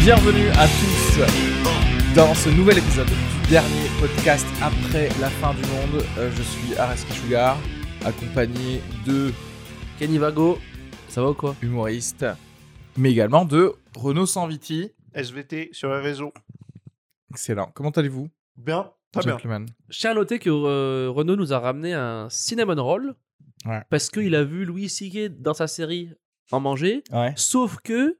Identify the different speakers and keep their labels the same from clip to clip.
Speaker 1: Bienvenue à tous dans ce nouvel épisode du dernier podcast après la fin du monde. Euh, je suis Areski Sugar, accompagné de
Speaker 2: Kenny Vago, ça va ou quoi
Speaker 1: humoristes, mais également de Renaud Sanviti.
Speaker 3: SVT sur les réseaux.
Speaker 1: Excellent. Comment allez-vous,
Speaker 3: Bien, très bien.
Speaker 1: gentlemen
Speaker 2: Je tiens à noter que euh, Renaud nous a ramené un cinnamon roll
Speaker 1: Ouais.
Speaker 2: parce qu'il a vu Louis C.K. dans sa série en manger,
Speaker 1: Ouais.
Speaker 2: sauf que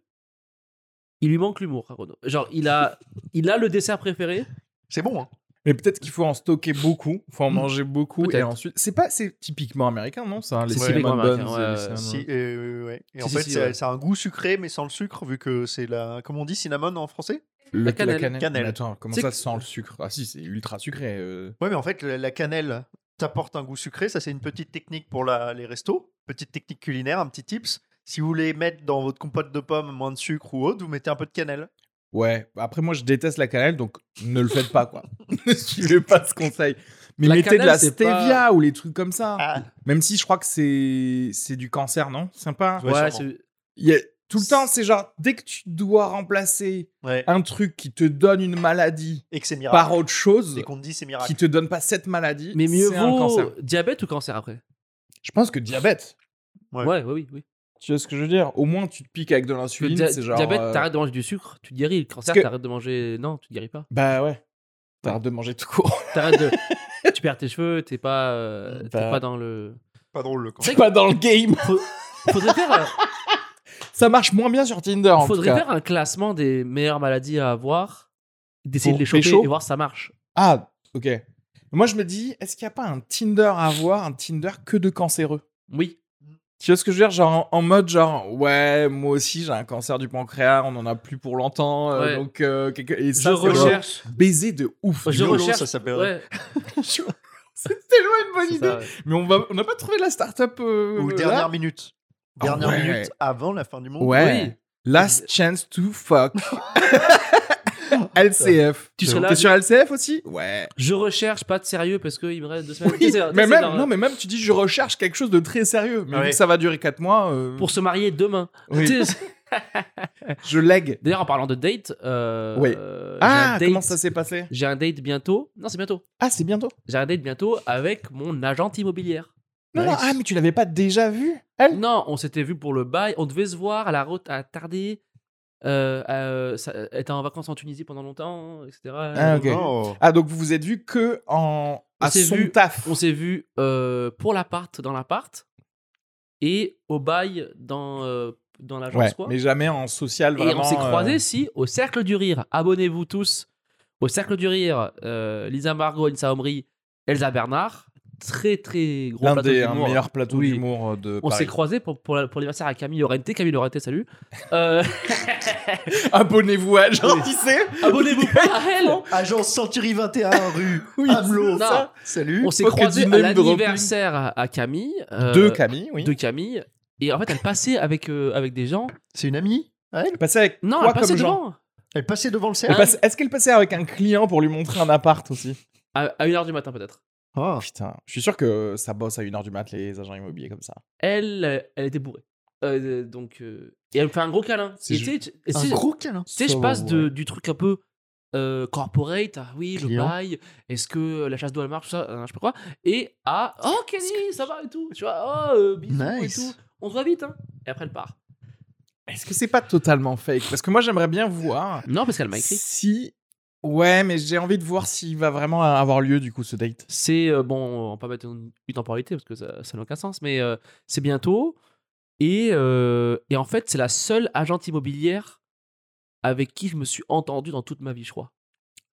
Speaker 2: il lui manque l'humour à Renaud. Genre, il a, il a le dessert préféré.
Speaker 3: C'est bon, hein
Speaker 1: Mais peut-être qu'il faut en stocker beaucoup, faut en
Speaker 2: Mm.
Speaker 1: manger beaucoup et
Speaker 2: Peut-être.
Speaker 1: ensuite. C'est pas, c'est typiquement américain, non Ça, les
Speaker 2: C'est
Speaker 1: cinnamon
Speaker 2: typiquement
Speaker 1: buns,
Speaker 2: américain, ouais,
Speaker 1: les
Speaker 2: ouais.
Speaker 1: cinnamon-
Speaker 3: Si, euh, ouais. Et
Speaker 2: Si,
Speaker 3: en
Speaker 2: si,
Speaker 3: fait,
Speaker 2: si,
Speaker 3: c'est-
Speaker 2: ouais.
Speaker 3: ça a un goût sucré, mais sans le sucre, vu que c'est la. Comment on dit cinnamon en français
Speaker 1: Le-
Speaker 2: La cannelle.
Speaker 3: Cannelle.
Speaker 1: Mais attends, comment
Speaker 2: C'est
Speaker 1: ça
Speaker 2: que-
Speaker 1: sent le sucre Ah si, c'est ultra sucré. euh.
Speaker 3: Ouais, mais en fait, la, la cannelle t'apporte un goût sucré. Ça, c'est une petite technique pour la- les restos. Petite technique culinaire, un petit tips. Si vous voulez mettre dans votre compote de pommes moins de sucre ou autre, vous mettez un peu de cannelle.
Speaker 1: Ouais. Après, moi, je déteste la cannelle, donc ne le faites pas, quoi. ne suivez pas ce conseil. Mais
Speaker 2: La
Speaker 1: mettez de
Speaker 2: cannelle,
Speaker 1: la
Speaker 2: c'est
Speaker 1: stevia
Speaker 2: pas-
Speaker 1: ou les trucs comme ça.
Speaker 3: Ah,
Speaker 1: Même si je crois que c'est c'est du cancer, non Sympa.
Speaker 3: Ouais, sûrement.
Speaker 2: c'est-
Speaker 1: Il y a- Tout le temps, c'est genre dès que tu dois remplacer
Speaker 3: ouais.
Speaker 1: un truc qui te donne une maladie
Speaker 3: Et que c'est miracle.
Speaker 1: Ah, par autre chose
Speaker 3: Et qu'on te dit c'est
Speaker 1: qui
Speaker 3: miracle.
Speaker 1: te donne pas cette maladie,
Speaker 2: mais mieux
Speaker 1: c'est un cancer.
Speaker 2: vaut diabète ou cancer après.
Speaker 1: Je pense que diabète.
Speaker 3: Ouais.
Speaker 2: Ouais, ouais, oui, oui.
Speaker 1: Tu vois ce que je veux dire Au moins, tu te piques avec de
Speaker 2: Parce que
Speaker 1: l'insuline,
Speaker 2: dia-
Speaker 1: c'est genre.
Speaker 2: diabète,
Speaker 1: euh,
Speaker 2: t'arrêtes de manger du sucre, tu te guéris. Le cancer,
Speaker 1: que-
Speaker 2: t'arrêtes de manger. Non, tu te guéris pas.
Speaker 1: Bah ouais. T'arrêtes de manger tout court.
Speaker 2: T'arrêtes de. tu perds tes cheveux, t'es pas, euh, t'es
Speaker 1: Bah.
Speaker 2: pas dans le.
Speaker 3: Pas drôle, le
Speaker 2: C'est-
Speaker 1: pas dans le game.
Speaker 2: Faudrait faire. euh,
Speaker 1: Ça marche moins bien sur Tinder. en
Speaker 2: Il faudrait
Speaker 1: tout cas.
Speaker 2: faire un classement des meilleures maladies à avoir, d'essayer
Speaker 1: Pour
Speaker 2: de les choper
Speaker 1: pécho
Speaker 2: et voir si ça marche.
Speaker 1: Ah, ok. Moi, je me dis, est-ce qu'il n'y a pas un Tinder à avoir, un Tinder que de cancéreux
Speaker 2: Oui.
Speaker 1: Tu vois ce que je veux dire Genre en, en mode, genre, ouais, moi aussi j'ai un cancer du pancréas, on en a plus pour longtemps. euh,
Speaker 2: Ouais.
Speaker 1: Donc, euh, quelque- et ça,
Speaker 2: Je
Speaker 1: c'est genre
Speaker 2: recherche.
Speaker 1: Baiser de ouf.
Speaker 2: Je
Speaker 3: Yolo,
Speaker 2: recherche.
Speaker 3: ça s'appelle.
Speaker 2: Ouais,
Speaker 1: C'est tellement une bonne
Speaker 2: c'est
Speaker 1: idée.
Speaker 2: ça, ouais.
Speaker 1: Mais on va- on n'a pas trouvé la start-up. euh,
Speaker 3: Ou
Speaker 1: là
Speaker 3: dernière minute.
Speaker 1: Ah
Speaker 3: Dernière
Speaker 1: ouais.
Speaker 3: minute avant la fin du monde.
Speaker 1: Ouais.
Speaker 2: Oui.
Speaker 1: Last chance to fuck. LCF.
Speaker 2: Tu serais là-
Speaker 1: T'es sur LCF aussi Ouais.
Speaker 2: Je recherche, pas de sérieux parce qu'il me reste deux semaines.
Speaker 1: Oui,
Speaker 2: Tu sais, tu
Speaker 1: mais
Speaker 2: sais,
Speaker 1: même,
Speaker 2: genre,
Speaker 1: non, mais même tu dis je recherche quelque chose de très sérieux. Mais
Speaker 3: Ouais.
Speaker 1: vu que ça va durer 4 mois. euh,
Speaker 2: Pour se marier demain.
Speaker 1: oui.
Speaker 2: Tu sais,
Speaker 1: Je lag.
Speaker 2: D'ailleurs, en parlant de date, euh,
Speaker 1: Oui.
Speaker 2: euh, j'ai
Speaker 1: Ah,
Speaker 2: un date-
Speaker 1: comment ça s'est passé
Speaker 2: J'ai un date bientôt. Non, c'est bientôt.
Speaker 1: Ah, c'est bientôt.
Speaker 2: J'ai un date bientôt avec mon agente immobilière.
Speaker 1: Non, non,
Speaker 3: Nice.
Speaker 1: ah, mais tu l'avais pas déjà vu Elle
Speaker 2: Non, on s'était vu pour le bail. On devait se voir à la route à tarder. Euh, euh, ça- elle était en vacances en Tunisie pendant longtemps, etc.
Speaker 1: Ah, ok.
Speaker 3: Non.
Speaker 1: Ah, donc vous vous êtes vu que en.
Speaker 2: On
Speaker 1: à
Speaker 2: s'est
Speaker 1: son
Speaker 2: vu-
Speaker 1: taf.
Speaker 2: On s'est vu euh, pour l'appart dans l'appart et au bail dans, euh, dans l'agence
Speaker 1: Ouais,
Speaker 2: quoi.
Speaker 1: mais jamais en social
Speaker 2: et
Speaker 1: vraiment.
Speaker 2: on s'est
Speaker 1: euh,
Speaker 2: croisés si au cercle du rire. Abonnez-vous tous au cercle du rire. euh, Lisa Margot, Insa Omri, Elsa Bernard, très très gros
Speaker 1: L'un
Speaker 2: plateau
Speaker 1: des
Speaker 2: d'humour.
Speaker 1: euh, meilleurs plateaux
Speaker 2: Oui.
Speaker 1: d'humour de
Speaker 2: On s'est
Speaker 1: Paris.
Speaker 2: croisés pour, pour, la- pour l'anniversaire à Camille Laurenté. Camille Laurenté, salut. Euh,
Speaker 1: Abonnez-vous à Jean-Tissé.
Speaker 2: Abonnez-vous pas à elle.
Speaker 3: Agence Century 21 rue
Speaker 1: Oui,
Speaker 3: Hamelot.
Speaker 2: c'est ça.
Speaker 3: Salut. Salut.
Speaker 2: Ah, On s'est
Speaker 1: Faut que
Speaker 2: croisés
Speaker 1: tu
Speaker 2: à
Speaker 1: name dropping.
Speaker 2: l'anniversaire à Camille. euh,
Speaker 1: De Camille, oui.
Speaker 2: de Camille. Et en fait, elle passait avec, euh, avec des gens.
Speaker 3: C'est une amie à elle
Speaker 1: Passer avec
Speaker 2: Non,
Speaker 1: quoi
Speaker 2: elle passait
Speaker 1: comme gens
Speaker 2: devant.
Speaker 3: Elle passait devant le
Speaker 1: Elle
Speaker 3: cercle.
Speaker 2: Ah.
Speaker 1: passe- Est-ce qu'elle passait avec un client pour lui montrer un appart aussi
Speaker 2: À, à 1h du matin, peut-être.
Speaker 3: Ah.
Speaker 1: Oh, Putain, je suis sûr que ça bosse à 1h du mat les agents immobiliers comme ça.
Speaker 2: Elle, euh, elle était bourrée. Euh, donc, euh, et elle me fait un gros câlin.
Speaker 1: C'est
Speaker 2: Et
Speaker 1: ju-
Speaker 2: tu sais, tu- et
Speaker 3: Un
Speaker 2: tu sais-
Speaker 3: gros câlin.
Speaker 2: tu sais, je passe de, du truc un peu euh, corporate, ah oui,
Speaker 3: Client.
Speaker 2: le bail, est-ce que la chasse d'eau elle marche, tout ça, euh, je sais pas quoi, et à Oh, Kenny, ça va et tout. Tu vois, oh, euh, bisous
Speaker 3: Nice.
Speaker 2: et tout. On se voit vite, hein. Et après, elle part.
Speaker 1: Est-ce que c'est pas totalement fake Parce que moi j'aimerais bien voir
Speaker 2: Non, parce qu'elle m'a écrit.
Speaker 1: si. Ouais, mais j'ai envie de voir s'il va vraiment avoir lieu du coup ce date.
Speaker 2: C'est euh, bon, on va pas mettre une, une temporalité parce que ça ça n'a aucun sens, mais euh, c'est bientôt. Et, euh, et en fait, c'est la seule agente immobilière avec qui je me suis entendu dans toute ma vie, je crois.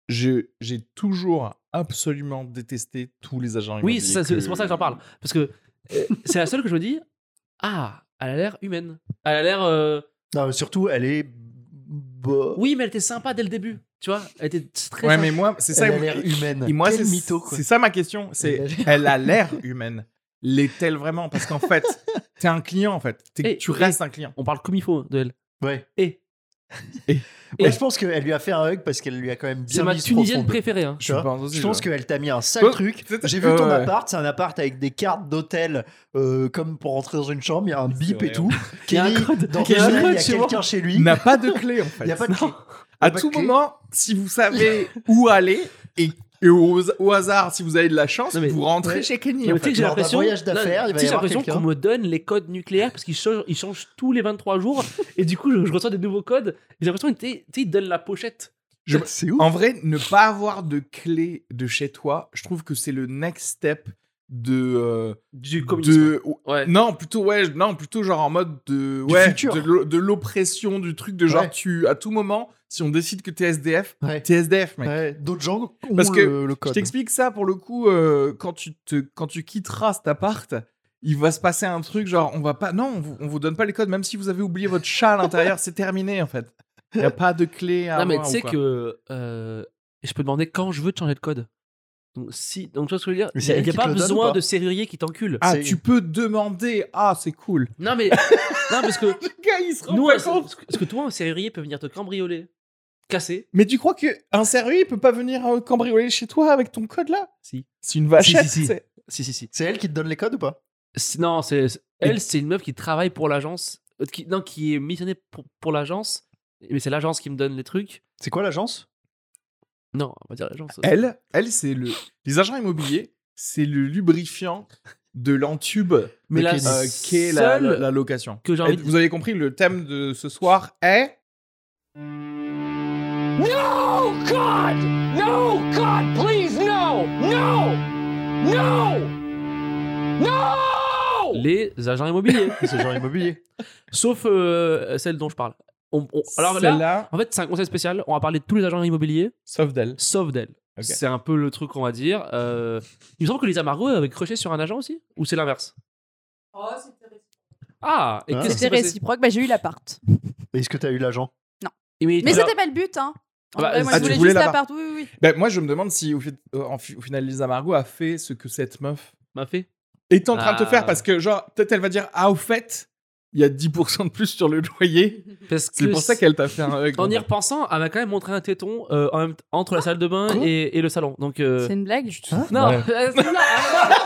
Speaker 1: Je- J'ai toujours absolument détesté tous les agents immobiliers.
Speaker 2: Oui, ça, c'est c'est pour ça que j'en parle. Parce que euh, c'est la seule que je me dis Ah, elle a l'air humaine. Elle a l'air. euh,
Speaker 3: Non, mais surtout, elle est. bo-
Speaker 2: Oui, mais elle était sympa dès le début. Tu vois, elle était très.
Speaker 1: Ouais,
Speaker 2: sympa.
Speaker 1: mais moi, c'est
Speaker 3: Elle
Speaker 1: ça.
Speaker 3: a l'air humaine.
Speaker 1: Et moi,
Speaker 3: Quel
Speaker 1: c'est
Speaker 3: mytho, quoi.
Speaker 1: c'est ça ma question. C'est elle a l'air humaine. L'est-elle vraiment Parce qu'en fait, t'es un client en fait. T'es-
Speaker 2: Et-
Speaker 1: tu restes un client.
Speaker 2: On parle comme il faut d'elle.
Speaker 3: Ouais.
Speaker 2: hein, Et
Speaker 3: Ouais,
Speaker 2: Et-
Speaker 3: je pense qu'elle lui a fait un hug parce qu'elle lui a quand même
Speaker 2: C'est
Speaker 3: bien
Speaker 2: ma
Speaker 3: mise
Speaker 2: tunisienne
Speaker 3: profonde.
Speaker 2: préférée. hein.
Speaker 1: Je suis pas
Speaker 3: Je
Speaker 1: impossible.
Speaker 3: pense qu'elle t'a mis un sale
Speaker 1: Toi,
Speaker 3: truc.
Speaker 2: Euh,
Speaker 1: c'est-
Speaker 3: J'ai vu ton
Speaker 1: Ouais.
Speaker 3: appart, c'est un appart avec des cartes d'hôtel euh, comme pour entrer dans une chambre, il y a un bip
Speaker 1: vrai,
Speaker 3: et tout.
Speaker 2: Il y a un
Speaker 3: Kenny,
Speaker 2: code-
Speaker 3: dans
Speaker 2: il y a un
Speaker 3: Kenny, il
Speaker 2: code
Speaker 3: y a
Speaker 2: chez moi.
Speaker 3: quelqu'un chez lui.
Speaker 1: n'a pas de clé en fait.
Speaker 3: Il n'y a pas de
Speaker 2: Non.
Speaker 3: clé.
Speaker 1: à
Speaker 3: pas de
Speaker 1: tout
Speaker 3: clé.
Speaker 1: moment, si vous savez où aller et, et au, au hasard, si vous avez de la chance,
Speaker 2: Non, mais-
Speaker 1: vous rentrez
Speaker 3: Ouais.
Speaker 1: chez
Speaker 2: Non,
Speaker 1: Kenny.
Speaker 2: mais
Speaker 1: en
Speaker 2: tu sais que
Speaker 1: fait.
Speaker 2: j'ai
Speaker 3: lors d'un
Speaker 2: l'impression
Speaker 3: voyage d'affaires,
Speaker 2: Non,
Speaker 3: il va
Speaker 2: tu sais, j'ai
Speaker 3: y avoir
Speaker 2: l'impression
Speaker 3: quelqu'un.
Speaker 2: qu'on me donne les codes nucléaires parce qu'ils changent, ils changent tous les 23 jours et du coup je, je reçois des nouveaux codes. Et J'ai l'impression qu'ils ils donnent la pochette.
Speaker 1: Je-
Speaker 3: C'est ouf.
Speaker 1: En vrai, ne pas avoir de clé de chez toi, je trouve que c'est le next step de euh,
Speaker 2: Du communisme.
Speaker 1: de
Speaker 2: Ouais.
Speaker 1: non plutôt ouais non plutôt genre en mode de
Speaker 3: Du
Speaker 1: ouais
Speaker 3: futur.
Speaker 1: de l'o- de l'oppression du truc de genre
Speaker 3: Ouais.
Speaker 1: tu à tout moment si on décide que t'es SDF
Speaker 3: Ouais.
Speaker 1: t'es SDF mec
Speaker 3: Ouais, D'autres gens ont
Speaker 1: Parce que
Speaker 3: le, le
Speaker 1: je
Speaker 3: code.
Speaker 1: t'explique ça pour le coup euh, quand tu te quand tu quitteras cet appart il va se passer un truc genre on va pas non on vous, on vous donne pas les codes même si vous avez oublié votre chat à l'intérieur c'est terminé en fait il y a pas de clé à
Speaker 2: Non mais
Speaker 1: avoir ou
Speaker 2: tu sais
Speaker 1: quoi.
Speaker 2: que euh, je peux demander quand je veux te changer de code. Donc si donc tu vois ce que je veux dire,
Speaker 3: Mais
Speaker 2: il
Speaker 3: c'est elle
Speaker 2: n'y a,
Speaker 3: qui
Speaker 2: pas
Speaker 3: te le donne ou
Speaker 2: besoin
Speaker 3: pas
Speaker 2: de serrurier qui t'encule.
Speaker 1: ah
Speaker 3: c'est-
Speaker 1: tu peux demander ah c'est cool
Speaker 2: Non mais non parce que
Speaker 1: le gars il se rend
Speaker 2: nous
Speaker 1: pas
Speaker 2: un-
Speaker 1: compte.
Speaker 2: parce que- parce que toi un serrurier peut venir te cambrioler, casser.
Speaker 1: mais tu crois que un sérieux il peut pas venir euh, cambrioler chez toi avec ton code là
Speaker 2: Si
Speaker 1: c'est une vachette
Speaker 2: Si, si, si.
Speaker 1: c'est-
Speaker 2: si si si.
Speaker 3: C'est elle qui te donne les codes ou pas
Speaker 2: C'est- Non, c'est c'est- elle, c'est une meuf qui travaille pour l'agence, euh, qui, non, qui est missionnée pour, pour l'agence, mais c'est l'agence qui me donne les trucs.
Speaker 3: C'est quoi l'agence
Speaker 2: Non, on va dire l'agence. euh,
Speaker 1: Elle, elle c'est le. Les agents immobiliers, c'est le lubrifiant de l'entube
Speaker 2: Mais
Speaker 1: de-
Speaker 2: la
Speaker 1: euh, qu'est la,
Speaker 2: seule
Speaker 1: la- la location.
Speaker 2: que j'ai
Speaker 1: Et
Speaker 2: envie de-
Speaker 1: Vous avez compris, le thème de ce soir est.
Speaker 4: No, Oh, God! No, God, please, no! No! No! No!
Speaker 2: Les agents immobiliers,
Speaker 3: C'est genre immobilier.
Speaker 2: sauf euh, celle dont je parle. On- on- alors là,
Speaker 1: Celle-là,
Speaker 2: en fait, c'est un conseil spécial. On va parler de tous les agents immobiliers,
Speaker 1: sauf d'elle.
Speaker 2: sauf d'elle.
Speaker 1: Ok.
Speaker 2: C'est un peu le truc qu'on va dire. Euh, il me semble que les Amargo avaient crushé sur un agent aussi, ou c'est l'inverse
Speaker 5: Oh, c'était réciproque.
Speaker 2: Ah, et
Speaker 3: Ah.
Speaker 2: qu'est-ce qui
Speaker 5: C'était
Speaker 2: s'est passé
Speaker 5: réciproque. Bah, j'ai eu l'appart.
Speaker 3: Est-ce que t'as eu l'agent
Speaker 2: Et
Speaker 5: Mais
Speaker 2: alors-
Speaker 5: c'était pas le but, hein. En
Speaker 2: Ah bah,
Speaker 5: vrai, moi,
Speaker 2: ah,
Speaker 5: je
Speaker 2: tu
Speaker 5: voulais
Speaker 1: voulais
Speaker 5: juste
Speaker 1: l'appart.
Speaker 5: l'appart. Oui, oui, oui.
Speaker 1: Ben, moi, je me demande si, au, fait- euh, en fi- au final, Lisa Margot a fait ce que cette meuf
Speaker 2: m'a fait.
Speaker 1: est en train de te
Speaker 2: Ah.
Speaker 1: faire parce que, genre, peut-être elle va dire Ah, au fait, il y a 10% de plus sur le loyer.
Speaker 2: Parce
Speaker 1: C'est
Speaker 2: que
Speaker 1: pour ça qu'elle t'a fait un hug.
Speaker 2: En y repensant, elle m'a quand même montré un téton euh, en même t- entre la salle de bain
Speaker 3: Quoi
Speaker 2: et, et le salon. Donc euh,
Speaker 5: C'est une blague.
Speaker 2: non,
Speaker 1: Ouais.
Speaker 2: c'est là.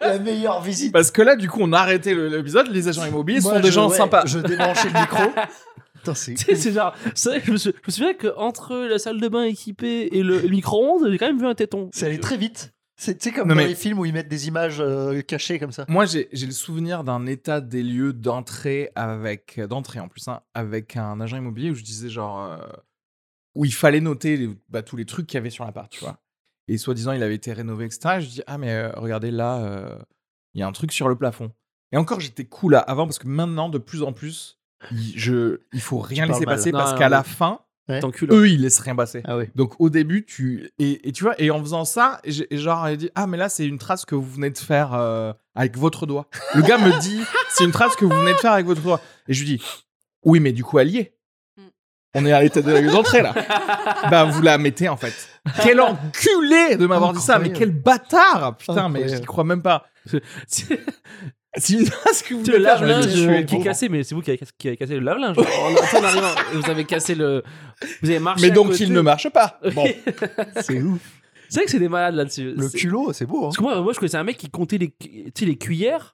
Speaker 3: La meilleure visite.
Speaker 1: Parce que là, du coup, on a arrêté le- l'épisode. Les agents immobiliers
Speaker 3: Moi,
Speaker 1: sont des
Speaker 3: je-
Speaker 1: gens
Speaker 3: ouais,
Speaker 1: sympas.
Speaker 3: Je débranchais le micro. Putain, c'est
Speaker 2: Tu sais, c'est genre, c'est vrai que je me, sou- je me souviens qu'entre la salle de bain équipée et le, le micro-ondes, j'ai quand même vu un téton.
Speaker 3: C'est allé très vite. C'est tu sais, comme
Speaker 1: Non,
Speaker 3: dans
Speaker 1: mais-
Speaker 3: les films où ils mettent des images euh, cachées comme ça.
Speaker 1: Moi, j'ai j'ai le souvenir d'un état des lieux d'entrée avec d'entrée en plus hein, avec un agent immobilier où je disais genre euh, où il fallait noter les- bah, tous les trucs qu'il y avait sur l'appart, tu vois. Et soi-disant, il avait été rénové, etc. Et je dis ah mais euh, regardez là, euh, il y a un truc sur le plafond. Et encore, j'étais cool là avant parce que maintenant, de plus en plus, il, je, il faut rien
Speaker 3: Tu parles
Speaker 1: laisser
Speaker 3: mal.
Speaker 1: passer
Speaker 2: Non,
Speaker 1: parce
Speaker 2: non,
Speaker 1: qu'à
Speaker 2: non.
Speaker 1: la fin,
Speaker 3: Ouais.
Speaker 2: T'encules.
Speaker 1: eux, ils laissent rien passer.
Speaker 3: Ah oui.
Speaker 1: Donc au début, tu et, et tu vois et en faisant ça, j'ai- et genre elle dit ah mais là c'est une trace que vous venez de faire euh, avec votre doigt. Le gars me dit c'est une trace que vous venez de faire avec votre doigt et je lui dis oui mais du coup elle y est.
Speaker 5: Mm.
Speaker 1: On est à l'état de la lieu d'entrée là. bah vous la mettez en fait. Quel enculé de m'avoir dit ça mais quel
Speaker 3: Incroyable.
Speaker 1: bâtard putain mais
Speaker 3: Incroyable.
Speaker 1: j'y crois même pas.
Speaker 2: Tu-
Speaker 1: C'est une trace que vous
Speaker 2: Le
Speaker 1: venez de faire. je me dis, tu es
Speaker 2: lave-linge qui est
Speaker 1: pauvre.
Speaker 2: cassé, mais c'est vous qui avez, qui avez cassé le lave-linge. En- en- en arrivant, vous avez cassé le. Vous avez marché.
Speaker 1: Mais
Speaker 2: à
Speaker 1: donc
Speaker 2: côté.
Speaker 1: il ne marche pas. Bon.
Speaker 2: Oui.
Speaker 3: C'est ouf.
Speaker 2: c'est vrai que c'est des malades là-dessus.
Speaker 3: Le
Speaker 2: C'est-
Speaker 3: culot, c'est beau. hein.
Speaker 2: Parce que moi, moi, je connaissais un mec qui comptait les, cu- tu sais, les cuillères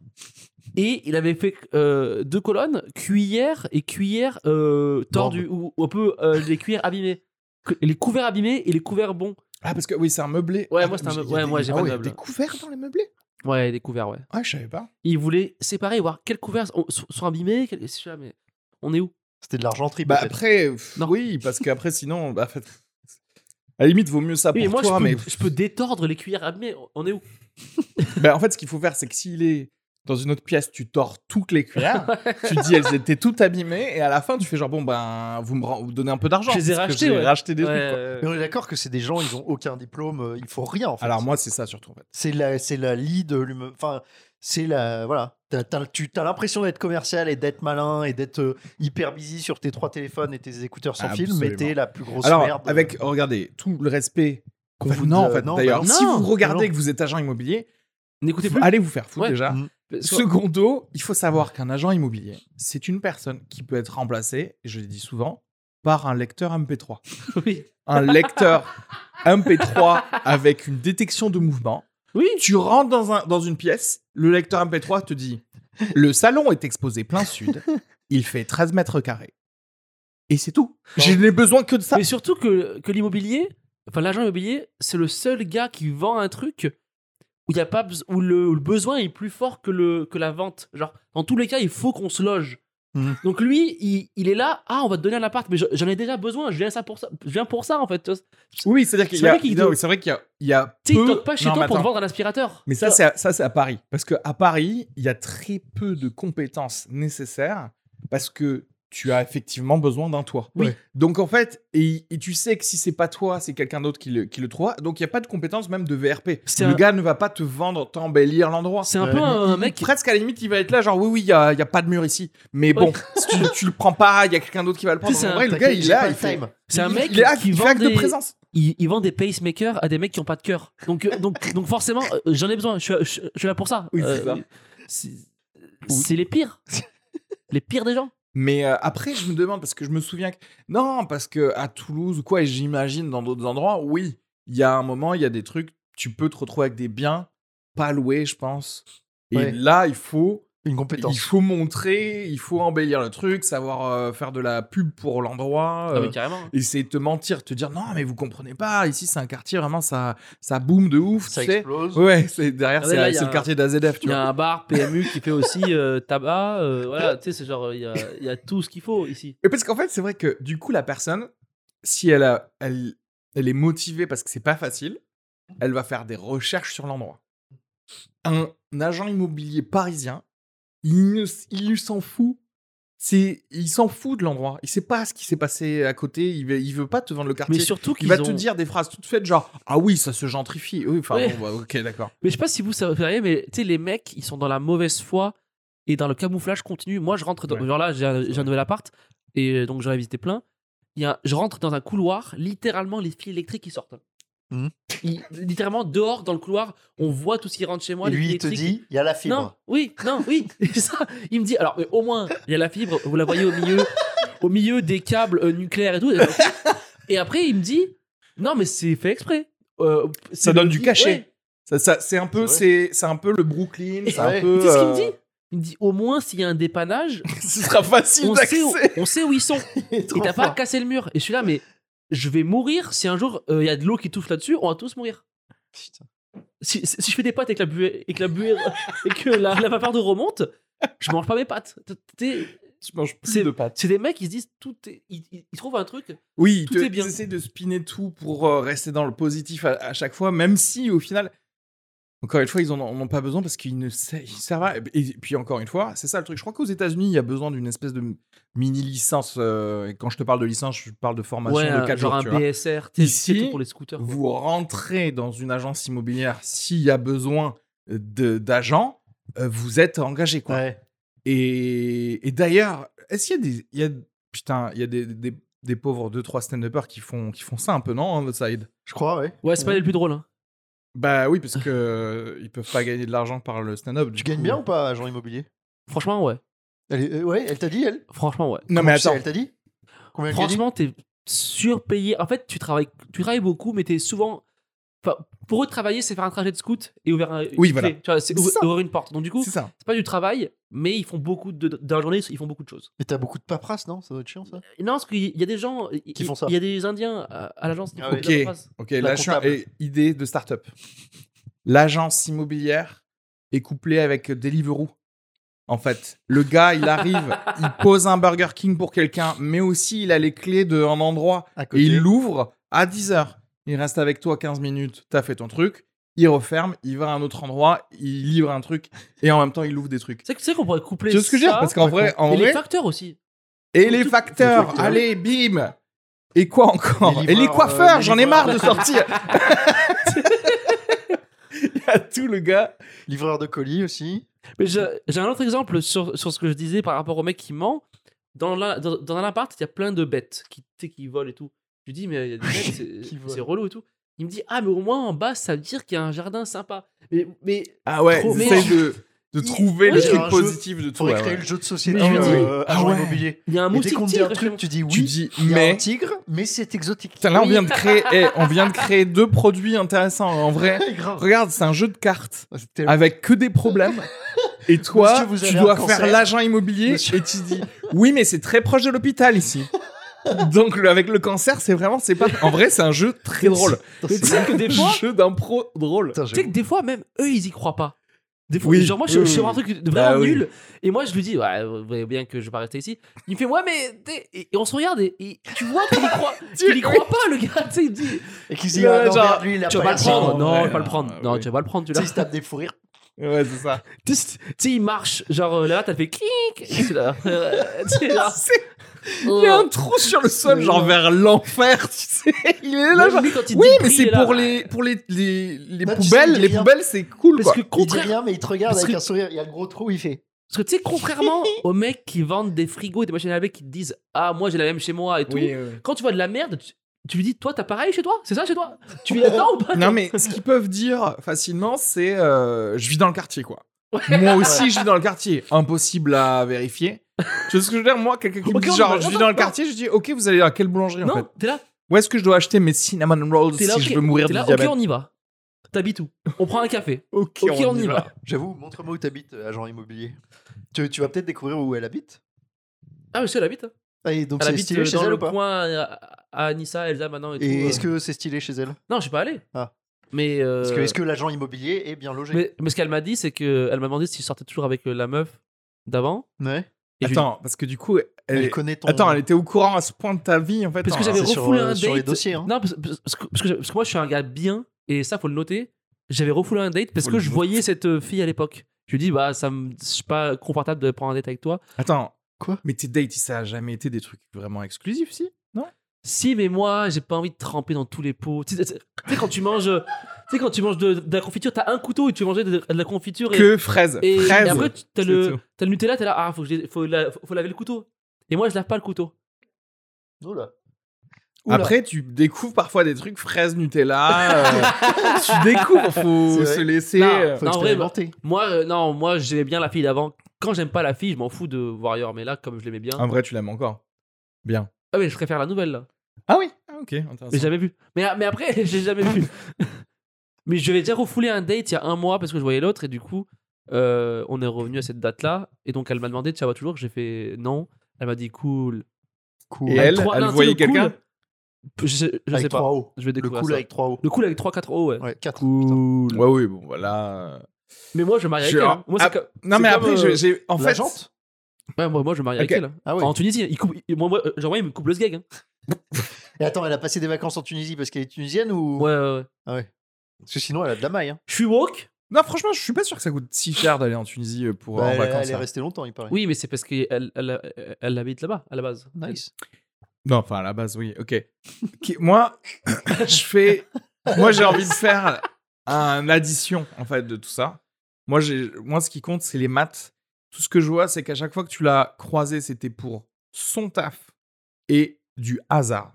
Speaker 2: et il avait fait euh, deux colonnes, cuillère et cuillère euh, tordue, ou, ou un peu euh, les cuillères abîmées. Que- Les couverts abîmés et les couverts bons.
Speaker 1: Ah parce que oui c'est un meublé.
Speaker 2: Ouais,
Speaker 1: Ah,
Speaker 2: moi, c'est un
Speaker 1: mais
Speaker 2: meuble.
Speaker 1: il y a
Speaker 2: Ouais,
Speaker 1: des-
Speaker 2: moi, j'ai
Speaker 1: ah
Speaker 2: pas de
Speaker 1: il y a
Speaker 2: meuble.
Speaker 1: Des couverts dans les meublés.
Speaker 2: Ouais, les couverts, ouais.
Speaker 1: Ah je savais pas.
Speaker 2: Il voulait séparer, voir quels couverts sont, sont- sont abîmés, quels- je sais pas, mais on est où
Speaker 3: C'était de l'argenterie.
Speaker 1: Bah
Speaker 3: peut-être.
Speaker 1: après, pff,
Speaker 2: Non.
Speaker 1: oui, parce qu'après sinon, bah, en fait, à la limite, vaut mieux ça pour
Speaker 2: Oui, mais moi,
Speaker 1: toi,
Speaker 2: je,
Speaker 1: mais
Speaker 2: peux, je peux détordre les cuillères abîmées, on est où
Speaker 1: bah, en fait, ce qu'il faut faire, c'est que s'il est dans une autre pièce, tu tords toutes les cuillères, tu dis elles étaient toutes abîmées, et à la fin, tu fais genre, bon, ben, vous me ren- vous donnez un peu d'argent.
Speaker 2: Je les ai
Speaker 1: parce que
Speaker 2: rachetées,
Speaker 1: j'ai
Speaker 2: ouais.
Speaker 1: racheté des
Speaker 2: Ouais,
Speaker 1: trucs. quoi.
Speaker 2: ouais,
Speaker 3: Mais
Speaker 2: ouais.
Speaker 3: on est d'accord que c'est des gens, ils ont aucun diplôme, euh, ils font rien en fait.
Speaker 1: Alors moi, c'est ça surtout. En fait.
Speaker 3: c'est la, c'est la lead, l'humain- enfin, c'est la, voilà. T'as, t'as- tu as l'impression d'être commercial et d'être malin et d'être euh, hyper busy sur tes trois téléphones et tes écouteurs sans fil,
Speaker 1: Ah, Absolument.
Speaker 3: mais t'es la plus grosse
Speaker 1: Alors,
Speaker 3: merde.
Speaker 1: avec, regardez, tout le respect qu'on
Speaker 3: Enfin,
Speaker 1: vous non, en
Speaker 3: euh,
Speaker 1: fait,
Speaker 3: non,
Speaker 1: d'ailleurs,
Speaker 3: bah
Speaker 2: euh. non.
Speaker 1: si vous
Speaker 2: Non,
Speaker 1: regardez
Speaker 3: non.
Speaker 1: que vous êtes agent immobilier,
Speaker 2: N'écoutez plus.
Speaker 1: allez vous faire foutre
Speaker 2: Ouais.
Speaker 1: déjà.
Speaker 3: Mm.
Speaker 1: Secondo, il faut savoir qu'un agent immobilier, c'est une personne qui peut être remplacée, et je le dis souvent, par un lecteur MP3.
Speaker 2: Oui.
Speaker 1: Un lecteur MP3 avec une détection de mouvement.
Speaker 2: Oui.
Speaker 1: Tu rentres dans, un, dans une pièce, le lecteur MP3 te dit Le salon est exposé plein sud, il fait 13 mètres carrés. Et c'est tout. Je n'ai besoin que de ça.
Speaker 2: Mais surtout que, que l'immobilier, enfin l'agent immobilier, c'est le seul gars qui vend un truc où, il y a pas, bes- où, le, où le besoin est plus fort que, le, que la vente. Genre, dans tous les cas, il faut qu'on se loge.
Speaker 1: Mmh.
Speaker 3: Mhm.
Speaker 2: Donc lui, il, il est là, ah, on va te donner un appart, mais je- j'en ai déjà besoin, je viens, ça pour ça, je viens pour ça en fait. Tu vois.
Speaker 1: Oui, c'est-à-dire qu'il y
Speaker 2: C'est
Speaker 1: a.
Speaker 2: vrai qu'il
Speaker 1: non,
Speaker 2: te-
Speaker 1: oui, C'est vrai qu'il y a. Il y a
Speaker 2: Tu sais, il
Speaker 1: peu-
Speaker 2: toque pas chez
Speaker 1: Non,
Speaker 2: toi
Speaker 1: mais
Speaker 2: pour te
Speaker 1: attends.
Speaker 2: vendre un aspirateur.
Speaker 1: Mais
Speaker 2: Tu
Speaker 1: ça,
Speaker 2: vois.
Speaker 1: c'est à, ça, c'est à Paris. Parce qu'à Paris, il y a très peu de compétences nécessaires parce que tu as effectivement besoin d'un toit.
Speaker 2: Oui.
Speaker 1: Donc, en fait, et, et tu sais que si c'est pas toi, c'est quelqu'un d'autre qui le, qui le trouvera. Donc, il n'y a pas de compétences même de VRP.
Speaker 2: C'est
Speaker 1: Le
Speaker 2: un-
Speaker 1: gars ne va pas te vendre, t'embellir l'endroit.
Speaker 2: C'est un
Speaker 3: Euh,
Speaker 2: peu
Speaker 3: il-
Speaker 2: un, un
Speaker 1: Il-
Speaker 2: mec.
Speaker 1: Presque à la limite, il va être là, genre, oui, oui, il n'y a, il y a pas de mur ici. Mais bon,
Speaker 2: Ouais.
Speaker 1: si tu, tu le prends pas, il y a quelqu'un d'autre qui va le prendre.
Speaker 2: Tu sais,
Speaker 1: En
Speaker 2: c'est
Speaker 1: vrai,
Speaker 2: un-
Speaker 1: le gars, il est là. Il, fait-
Speaker 3: time.
Speaker 2: C'est un
Speaker 1: il-
Speaker 2: mec
Speaker 1: il est là,
Speaker 2: qui
Speaker 1: il fait
Speaker 2: vend
Speaker 1: acte de
Speaker 2: des-
Speaker 1: présence.
Speaker 2: il, il vend des pacemakers à des mecs qui n'ont pas de cœur. Donc, euh, donc, donc forcément, euh, j'en ai besoin. Je suis, je- je suis là pour ça. Euh,
Speaker 1: Oui, c'est ça.
Speaker 2: c'est- C'est les pires. les pires des gens.
Speaker 1: Mais euh, après, je me demande parce que je me souviens que non, parce que à Toulouse ou quoi, et j'imagine dans d'autres endroits, oui, il y a un moment, il y a des trucs, tu peux te retrouver avec des biens pas loués, je pense. Et
Speaker 3: Ouais.
Speaker 1: là, il faut,
Speaker 3: Une
Speaker 1: il
Speaker 3: compétence.
Speaker 1: faut montrer, il faut embellir le truc, savoir euh, faire de la pub pour l'endroit.
Speaker 2: Ah,
Speaker 1: euh,
Speaker 2: mais carrément.
Speaker 1: Essayer de te mentir, te dire non, mais vous comprenez pas, ici c'est un quartier vraiment ça, ça boom de ouf,
Speaker 3: Ça
Speaker 1: tu sais.
Speaker 3: explose.
Speaker 1: Ouais, c'est derrière,
Speaker 2: Ah ouais,
Speaker 1: c'est
Speaker 2: là, il y
Speaker 1: c'est
Speaker 2: a
Speaker 1: le
Speaker 2: un-
Speaker 1: quartier d'AZF, tu
Speaker 2: Il y
Speaker 1: vois.
Speaker 2: a un bar PMU qui fait aussi euh, tabac. euh, voilà, tu sais, c'est genre, il y, a, il y a tout ce qu'il faut ici.
Speaker 1: Et parce qu'en fait, c'est vrai que du coup, la personne, si elle, a, elle, elle est motivée parce que c'est pas facile,
Speaker 2: Mmh.
Speaker 1: elle va faire des recherches sur l'endroit. Un agent immobilier parisien, il, ne s- il s'en fout. C'est, il s'en fout de l'endroit. Il sait pas ce qui s'est passé à côté. Il veut, il veut pas te vendre le quartier.
Speaker 2: Mais surtout
Speaker 1: il
Speaker 2: qu'ils
Speaker 1: va
Speaker 2: ont-
Speaker 1: te dire des phrases toutes faites genre ah oui ça se gentrifie oui enfin
Speaker 2: Ouais.
Speaker 1: bon, bah, ok d'accord
Speaker 2: Mais je sais pas si vous savez rien, mais tu sais, les mecs, ils sont dans la mauvaise foi et dans le camouflage continu. Moi, je rentre dans.
Speaker 1: Ouais.
Speaker 2: Genre là, j'ai un, j'ai un nouvel appart et euh, donc j'en ai visité plein. Il y a, je rentre dans un couloir, littéralement, les fils électriques qui sortent. hein.
Speaker 3: Mhm.
Speaker 2: Ils- littéralement, dehors, dans le couloir, on voit tout ce qui rentre chez moi.
Speaker 3: Et
Speaker 2: les
Speaker 3: lui,
Speaker 2: fils
Speaker 3: il te
Speaker 2: électriques.
Speaker 3: dit, il y a la
Speaker 2: Non,
Speaker 3: fibre.
Speaker 2: oui, non, oui. c'est ça, il me dit, alors, mais au moins, il y a la fibre, vous la voyez au milieu, au milieu des câbles euh, nucléaires et tout. Et après, il me dit, non, mais c'est fait exprès. Euh,
Speaker 1: Ça
Speaker 2: c'est
Speaker 1: donne
Speaker 2: le-
Speaker 1: du cachet.
Speaker 2: Ouais.
Speaker 1: ça, ça- c'est un peu c'est,
Speaker 3: C'est
Speaker 1: c'est un peu le Brooklyn
Speaker 2: Et-
Speaker 1: c'est un
Speaker 3: Ouais.
Speaker 1: peu
Speaker 2: Tu sais ce qu'il me
Speaker 1: euh,
Speaker 2: dit Il me dit, au moins, s'il y a un dépannage,
Speaker 1: ce sera facile
Speaker 2: on
Speaker 1: d'accès
Speaker 2: sait, où, on sait où ils sont. Et t'as pas à casser le mur. Et je suis là, mais je vais mourir si un jour euh, il y a de l'eau qui touche là-dessus, on va tous mourir. Si, si- si je fais des pâtes et que la buée, et que, la buée- et que la, la vapeur de remonte, je mange pas mes pâtes. T'es- t'es-
Speaker 1: tu manges plus
Speaker 2: C'est-
Speaker 1: de pâtes
Speaker 2: C'est des mecs qui se disent tout est- ils, ils- ils trouvent un truc.
Speaker 1: Oui,
Speaker 2: Tout
Speaker 1: te-
Speaker 2: est bien.
Speaker 1: ils essaient de spinner tout pour euh, rester dans le positif à, à chaque fois, même si au final, encore une fois, ils n'en ont pas besoin parce qu'ils ne sa- ils savent. pas. Et puis encore une fois, c'est ça le truc. Je crois qu'aux États-Unis, il y a besoin d'une espèce de mini licence. euh, et quand je te parle de licence, je parle de formation
Speaker 2: Ouais,
Speaker 1: de 4
Speaker 2: genre
Speaker 1: jours.
Speaker 2: un
Speaker 1: tu vois.
Speaker 2: BSR, t'es-
Speaker 1: Ici,
Speaker 2: c'est tout pour les scooters. quoi.
Speaker 1: Vous rentrez dans une agence immobilière s'il y a besoin euh, de- d'agents, euh, vous êtes engagé quoi.
Speaker 3: Ouais.
Speaker 1: Et, et d'ailleurs, est-ce qu'il y a des. il Y a, putain, il y a des, des, des pauvres 2-3 stand-uppers qui font, qui font ça un peu, non, on the side
Speaker 3: Je crois, ouais.
Speaker 2: Ouais, c'est pas les plus drôles. hein.
Speaker 1: Bah oui, parce que euh, ils peuvent pas gagner de l'argent par le stand-up. du
Speaker 3: Tu gagnes
Speaker 1: coup. euh.
Speaker 3: bien ou pas, agent immobilier
Speaker 2: Franchement, ouais.
Speaker 3: elle est- euh, Ouais, elle t'a dit, elle
Speaker 2: Franchement, ouais.
Speaker 1: Non,
Speaker 3: Comment
Speaker 1: mais
Speaker 3: tu sais,
Speaker 1: attends.
Speaker 3: Elle t'a dit Combien
Speaker 1: Euh,
Speaker 3: elle t'a dit
Speaker 2: Franchement, t'es surpayé. En fait, tu travailles, tu travailles beaucoup, mais t'es souvent. enfin, pour eux, travailler, c'est faire un trajet de scout et ouvrir un, une
Speaker 1: Oui, voilà.
Speaker 2: clé. Tu vois, c'est
Speaker 1: C'est
Speaker 2: ouvrir,
Speaker 1: ça.
Speaker 2: ouvrir une porte. Donc, du coup,
Speaker 1: C'est ça.
Speaker 2: c'est pas du travail, mais ils font beaucoup de. Dans la journée, ils font beaucoup de choses.
Speaker 3: Mais t'as beaucoup de paperasse, non Ça doit être chiant, ça.
Speaker 2: Et Euh, non, parce qu'il y a des gens.
Speaker 3: Qui font ça.
Speaker 2: Il y a des Indiens à, à l'agence qui
Speaker 3: Ah
Speaker 2: font
Speaker 3: ouais.
Speaker 2: de la
Speaker 1: Ok.
Speaker 2: paperasse.
Speaker 1: Ok,
Speaker 3: La
Speaker 1: là, je suis un-
Speaker 3: comptable.
Speaker 1: et idée de start-up. L'agence immobilière est couplée avec Deliveroo. En fait, le gars, il arrive, il pose un Burger King pour quelqu'un, mais aussi il a les clés d'un endroit
Speaker 3: À
Speaker 1: et il l'ouvre à 10h. Il reste avec toi 15 minutes, t'as fait ton truc, il referme, il va à un autre endroit, il livre un truc et en même temps il ouvre des trucs.
Speaker 2: C'est tu sais qu'on pourrait coupler.
Speaker 1: Tu vois ce que je veux dire
Speaker 2: ça
Speaker 1: Parce qu'en vrai, en
Speaker 2: et les
Speaker 1: vrai,
Speaker 2: facteurs aussi.
Speaker 1: Et les
Speaker 2: Tout-
Speaker 1: facteurs,
Speaker 3: tout- tout-
Speaker 1: allez, bim Et quoi encore
Speaker 3: Les
Speaker 1: Et les
Speaker 3: livreurs,
Speaker 1: coiffeurs,
Speaker 3: euh, les
Speaker 1: j'en ai
Speaker 3: livreurs.
Speaker 1: marre de sortir Il y a tout le gars.
Speaker 3: Livreur de colis aussi.
Speaker 2: Mais je- j'ai un autre exemple sur, sur ce que je disais par rapport au mec qui ment. Dans, la- dans, dans un appart, il y a plein de bêtes qui, tu sais, qui volent et tout. Je lui dis, mais euh, il y a des bêtes,
Speaker 3: Qui
Speaker 2: c'est-
Speaker 3: volent.
Speaker 2: c'est relou et tout. Il me dit, ah, mais au moins en bas, ça veut dire qu'il y a un jardin sympa. Mais, mais
Speaker 1: Ah ouais,
Speaker 2: Trop
Speaker 1: ils essayent
Speaker 2: méchant.
Speaker 1: de, de trouver
Speaker 2: Oui.
Speaker 1: le
Speaker 2: Il y a
Speaker 1: truc
Speaker 3: un jeu-
Speaker 1: positif de tout.
Speaker 3: faudrait
Speaker 1: ouais,
Speaker 3: créer
Speaker 1: ouais.
Speaker 3: le jeu de société
Speaker 2: Mais oui.
Speaker 3: euh,
Speaker 1: Ah
Speaker 3: agent
Speaker 1: ouais.
Speaker 3: immobilier.
Speaker 2: Il y a un
Speaker 3: Et dès
Speaker 2: moutique
Speaker 3: qu'on te dit
Speaker 2: tigre.
Speaker 3: un truc, tu dis
Speaker 1: Tu
Speaker 3: oui,
Speaker 1: dis
Speaker 3: il y a un
Speaker 1: mais.
Speaker 3: tigre, mais c'est exotique.
Speaker 1: Putain, là, on vient de créer, eh, on vient de créer deux produits intéressants en vrai.
Speaker 3: Grave.
Speaker 1: Regarde, c'est un jeu de cartes
Speaker 3: C'est tellement-
Speaker 1: avec que des problèmes. Et toi,
Speaker 3: Monsieur, vous
Speaker 1: tu
Speaker 3: avez un
Speaker 1: dois
Speaker 3: cancer.
Speaker 1: faire l'agent immobilier
Speaker 3: Monsieur-
Speaker 1: et tu dis oui, mais c'est très proche de l'hôpital ici. Donc le- avec le cancer, c'est vraiment c'est pas. En vrai, c'est un jeu très drôle.
Speaker 2: Mais tu sais que des fois,
Speaker 1: jeu d'impro drôle.
Speaker 3: Putain,
Speaker 2: tu sais que
Speaker 3: j'avoue.
Speaker 2: des fois, même eux, ils y croient pas. Des fois,
Speaker 1: Oui.
Speaker 2: genre, moi, je,
Speaker 1: Oui,
Speaker 2: je suis
Speaker 1: oui.
Speaker 2: un truc de
Speaker 1: Bah
Speaker 2: vraiment
Speaker 1: oui.
Speaker 2: nul. Et moi, je lui dis, ouais, vous voyez bien que je vais pas rester ici. Il me fait, ouais, mais. t'es- Et, et on se regarde et, et tu vois qu'il y croit, qu'il y croit pas, le gars. Tu sais, il me dit,
Speaker 3: Et qu'ils se disent,
Speaker 1: Ouais,
Speaker 3: ah, non,
Speaker 1: genre,
Speaker 3: merde, lui, il a
Speaker 2: tu vas
Speaker 3: pas
Speaker 2: pas le prendre.
Speaker 1: en
Speaker 2: Non,
Speaker 1: vrai,
Speaker 2: tu vas pas le
Speaker 1: non,
Speaker 2: prendre.
Speaker 1: euh,
Speaker 2: Non,
Speaker 1: oui.
Speaker 2: tu vas pas le prendre, tu
Speaker 3: Tu sais,
Speaker 2: l'as.
Speaker 3: il se tape des fous rires.
Speaker 1: Ouais, c'est ça.
Speaker 2: Tu sais, tu sais, il marche. Genre, euh, là, t'as fait clic. et c'est là. Euh, tu sais,
Speaker 3: Ah.
Speaker 2: là.
Speaker 1: C'est- Il y
Speaker 2: Oh.
Speaker 1: a un trou sur le sol, genre vers l'enfer, tu sais. Il est là,
Speaker 2: Même
Speaker 1: genre.
Speaker 2: lui, quand il
Speaker 1: Oui,
Speaker 2: dit
Speaker 1: mais
Speaker 2: prix, il
Speaker 1: c'est
Speaker 2: est là,
Speaker 1: pour
Speaker 2: ouais.
Speaker 1: les, pour les, les, les
Speaker 3: Là, Bah, tu sais, il
Speaker 1: poubelles.
Speaker 3: dit
Speaker 1: Les
Speaker 3: rien.
Speaker 1: poubelles, c'est cool,
Speaker 2: Parce
Speaker 1: quoi.
Speaker 2: que,
Speaker 3: Il dit
Speaker 2: contraire-
Speaker 3: rien, mais il te regarde
Speaker 2: Parce
Speaker 3: avec
Speaker 2: que-
Speaker 3: un sourire. Il y a le gros trou, il fait.
Speaker 2: parce que, tu sais, contrairement aux mecs qui vendent des frigos et des machines à laver qui te disent Ah, moi j'ai la même chez moi et tout, quand tu vois de la merde, tu, tu lui dis Toi, t'as pareil chez toi C'est ça chez toi Tu vis là-dedans ou pas
Speaker 1: Non, mais ce qu'ils peuvent dire facilement, c'est euh, je vis dans le quartier, quoi. Moi aussi, je vis dans le quartier. Impossible à vérifier. Tu vois ce que je veux dire Moi, quelqu'un qui me
Speaker 2: Ok,
Speaker 1: dit
Speaker 2: on
Speaker 1: genre
Speaker 2: va-
Speaker 1: je vis
Speaker 2: attends,
Speaker 1: dans le
Speaker 2: non.
Speaker 1: quartier, je dis ok, vous allez à quelle boulangerie en fait
Speaker 2: Non, t'es là,
Speaker 1: Où est-ce que je dois acheter mes cinnamon rolls
Speaker 2: t'es
Speaker 1: si
Speaker 2: là, ok,
Speaker 1: je veux mourir
Speaker 2: t'es
Speaker 1: de
Speaker 2: là, ok,
Speaker 1: diabète
Speaker 2: on y va. T'habites où On prend un café.
Speaker 1: Ok,
Speaker 2: Ok, on y va.
Speaker 3: J'avoue, montre-moi où t'habites, euh, agent immobilier. Tu, tu vas peut-être découvrir où elle habite.
Speaker 2: Ah, mais si elle habite. hein.
Speaker 3: Ah, et donc
Speaker 2: Elle
Speaker 3: c'est
Speaker 2: habite
Speaker 3: stylé
Speaker 2: euh,
Speaker 3: chez
Speaker 2: dans
Speaker 3: elle
Speaker 2: le
Speaker 3: ou pas
Speaker 2: coin euh, à, à Nissa, Elsa maintenant et, tout.
Speaker 3: Et
Speaker 2: euh.
Speaker 3: est-ce que c'est stylé chez elle
Speaker 2: Non, je suis pas allé.
Speaker 3: Ah.
Speaker 2: Mais. euh,
Speaker 3: Parce que Est-ce que l'agent immobilier est bien logé
Speaker 2: Mais, mais ce qu'elle m'a dit, c'est que elle m'a demandé si je sortais toujours avec euh, la meuf d'avant.
Speaker 3: Ouais.
Speaker 2: Et je lui-
Speaker 1: Attends, parce que du coup, elle,
Speaker 3: Elle connaît ton.
Speaker 1: attends, elle était au courant à ce point de ta vie en fait.
Speaker 2: Parce que
Speaker 1: hein.
Speaker 2: j'avais
Speaker 3: C'est sur,
Speaker 2: refoulé
Speaker 3: euh,
Speaker 2: un
Speaker 3: sur les
Speaker 2: date.
Speaker 3: dossiers, hein.
Speaker 2: Non, parce, parce- parce que, parce que- parce que moi je suis un gars bien, et ça faut le noter. J'avais refoulé un date parce
Speaker 1: Faut
Speaker 2: que
Speaker 1: le
Speaker 2: je
Speaker 1: noter.
Speaker 2: voyais cette euh, fille à l'époque. Je lui dis, bah, ça me, je suis pas confortable de prendre un date avec toi.
Speaker 1: Attends,
Speaker 3: Quoi
Speaker 1: Mais tes dates, ça a jamais été des trucs vraiment exclusifs, si Non
Speaker 2: Si, mais moi, j'ai pas envie de tremper dans tous les pots. Tu sais, tu sais- tu sais, quand tu manges, euh, tu sais, quand tu manges de, de la confiture, t'as un couteau et tu veux manger de, de la confiture. Et,
Speaker 1: Que fraises.
Speaker 2: et, et
Speaker 1: fraises.
Speaker 2: après, tu- t'as
Speaker 1: c'est
Speaker 2: le,
Speaker 1: tout.
Speaker 2: t'as le Nutella, t'es là, ah, faut, que j'ai- faut, la- faut, faut laver le couteau. Et moi, je lave pas le couteau.
Speaker 3: Oula.
Speaker 2: Oula.
Speaker 1: Après, tu découvres parfois des trucs fraises Nutella. euh, tu découvres, faut
Speaker 3: C'est vrai.
Speaker 1: se laisser.
Speaker 2: Non.
Speaker 1: euh,
Speaker 3: Faut
Speaker 2: Non, en vrai,
Speaker 3: expérimenter.
Speaker 2: Moi, euh, non, moi, j'aimais bien la fille d'avant. Quand j'aime pas la fille, je m'en fous de Warrior, mais là, comme je l'aimais bien.
Speaker 1: En vrai, tu l'aimes encore. Bien.
Speaker 2: Ah, mais je préfère la nouvelle, là.
Speaker 1: Ah oui Ah, Ok,
Speaker 2: Mais
Speaker 1: intéressant.
Speaker 2: jamais vu. Mais, ah, mais après, j'ai jamais vu. mais je vais déjà refoulé un date il y a un mois parce que je voyais l'autre et du coup, euh, on est revenu à cette date-là. Et donc, elle m'a demandé, ça va toujours J'ai fait non. Elle m'a dit cool.
Speaker 3: Cool.
Speaker 1: Et elle, elle voyait quelqu'un
Speaker 2: Je sais, je sais
Speaker 3: Avec
Speaker 2: pas.
Speaker 3: 3 O.
Speaker 2: Je vais
Speaker 3: Le
Speaker 2: découvrir
Speaker 3: cool
Speaker 2: ça.
Speaker 3: avec 3 O.
Speaker 2: Le cool avec 3-4 O, ouais.
Speaker 3: Ouais, 4
Speaker 2: Cool.
Speaker 1: Ouais, oui, bon, voilà.
Speaker 2: Mais moi, je marie avec
Speaker 1: Genre,
Speaker 2: elle. hein. Moi, c'est
Speaker 1: ah,
Speaker 2: comme-
Speaker 1: Non,
Speaker 2: c'est
Speaker 1: mais
Speaker 2: comme,
Speaker 1: après,
Speaker 2: euh,
Speaker 1: j'ai- j'ai. En
Speaker 3: La
Speaker 1: fait.
Speaker 3: jante
Speaker 2: ouais, moi, moi, je marie
Speaker 1: Ok.
Speaker 2: avec elle. hein.
Speaker 3: Ah ouais.
Speaker 2: En Tunisie, il coupe, il- moi, moi, genre, ouais, il me coupe le sgeg. hein.
Speaker 3: Et attends, elle a passé des vacances en Tunisie parce qu'elle est tunisienne ou
Speaker 2: Ouais, ouais, ouais.
Speaker 3: Ah ouais. Parce que sinon, elle a de la maille. Hein.
Speaker 2: Je suis woke.
Speaker 1: Non, franchement, je suis pas sûr que ça coûte si cher d'aller en Tunisie euh, pour
Speaker 3: Bah,
Speaker 1: en
Speaker 3: elle,
Speaker 1: vacances.
Speaker 3: elle est
Speaker 1: hein.
Speaker 3: restée longtemps, il paraît.
Speaker 2: Oui, mais c'est parce qu'elle elle, elle, elle habite là-bas, à la base.
Speaker 3: Nice.
Speaker 1: Non, enfin, à la base, oui, ok. Qui- Moi, je fais. Moi, j'ai envie de faire un addition, en fait, de tout ça. Moi, j'ai... Moi ce qui compte, c'est les maths. Tout ce que je vois, c'est qu'à chaque fois que tu l'as croisé, c'était pour son taf et du hasard.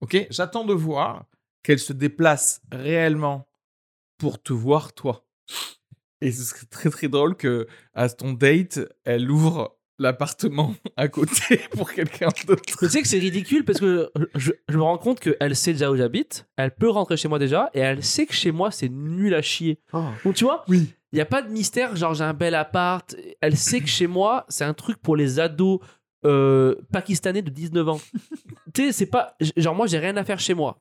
Speaker 1: Ok J'attends de voir qu'elle se déplace réellement pour te voir, toi. Et ce serait très, très drôle que, à ton date, elle ouvre l'appartement à côté pour quelqu'un d'autre.
Speaker 2: Mais tu sais que c'est ridicule parce que je, je me rends compte qu'elle sait déjà où j'habite, elle peut rentrer chez moi déjà, et elle sait que chez moi c'est nul à chier.
Speaker 3: Oh.
Speaker 2: Donc tu vois,
Speaker 1: Oui.
Speaker 2: il n'y a pas de mystère, genre j'ai un bel appart, elle sait que chez moi c'est un truc pour les ados euh, pakistanais de 19 ans. tu sais, c'est pas. Genre moi j'ai rien à faire chez moi.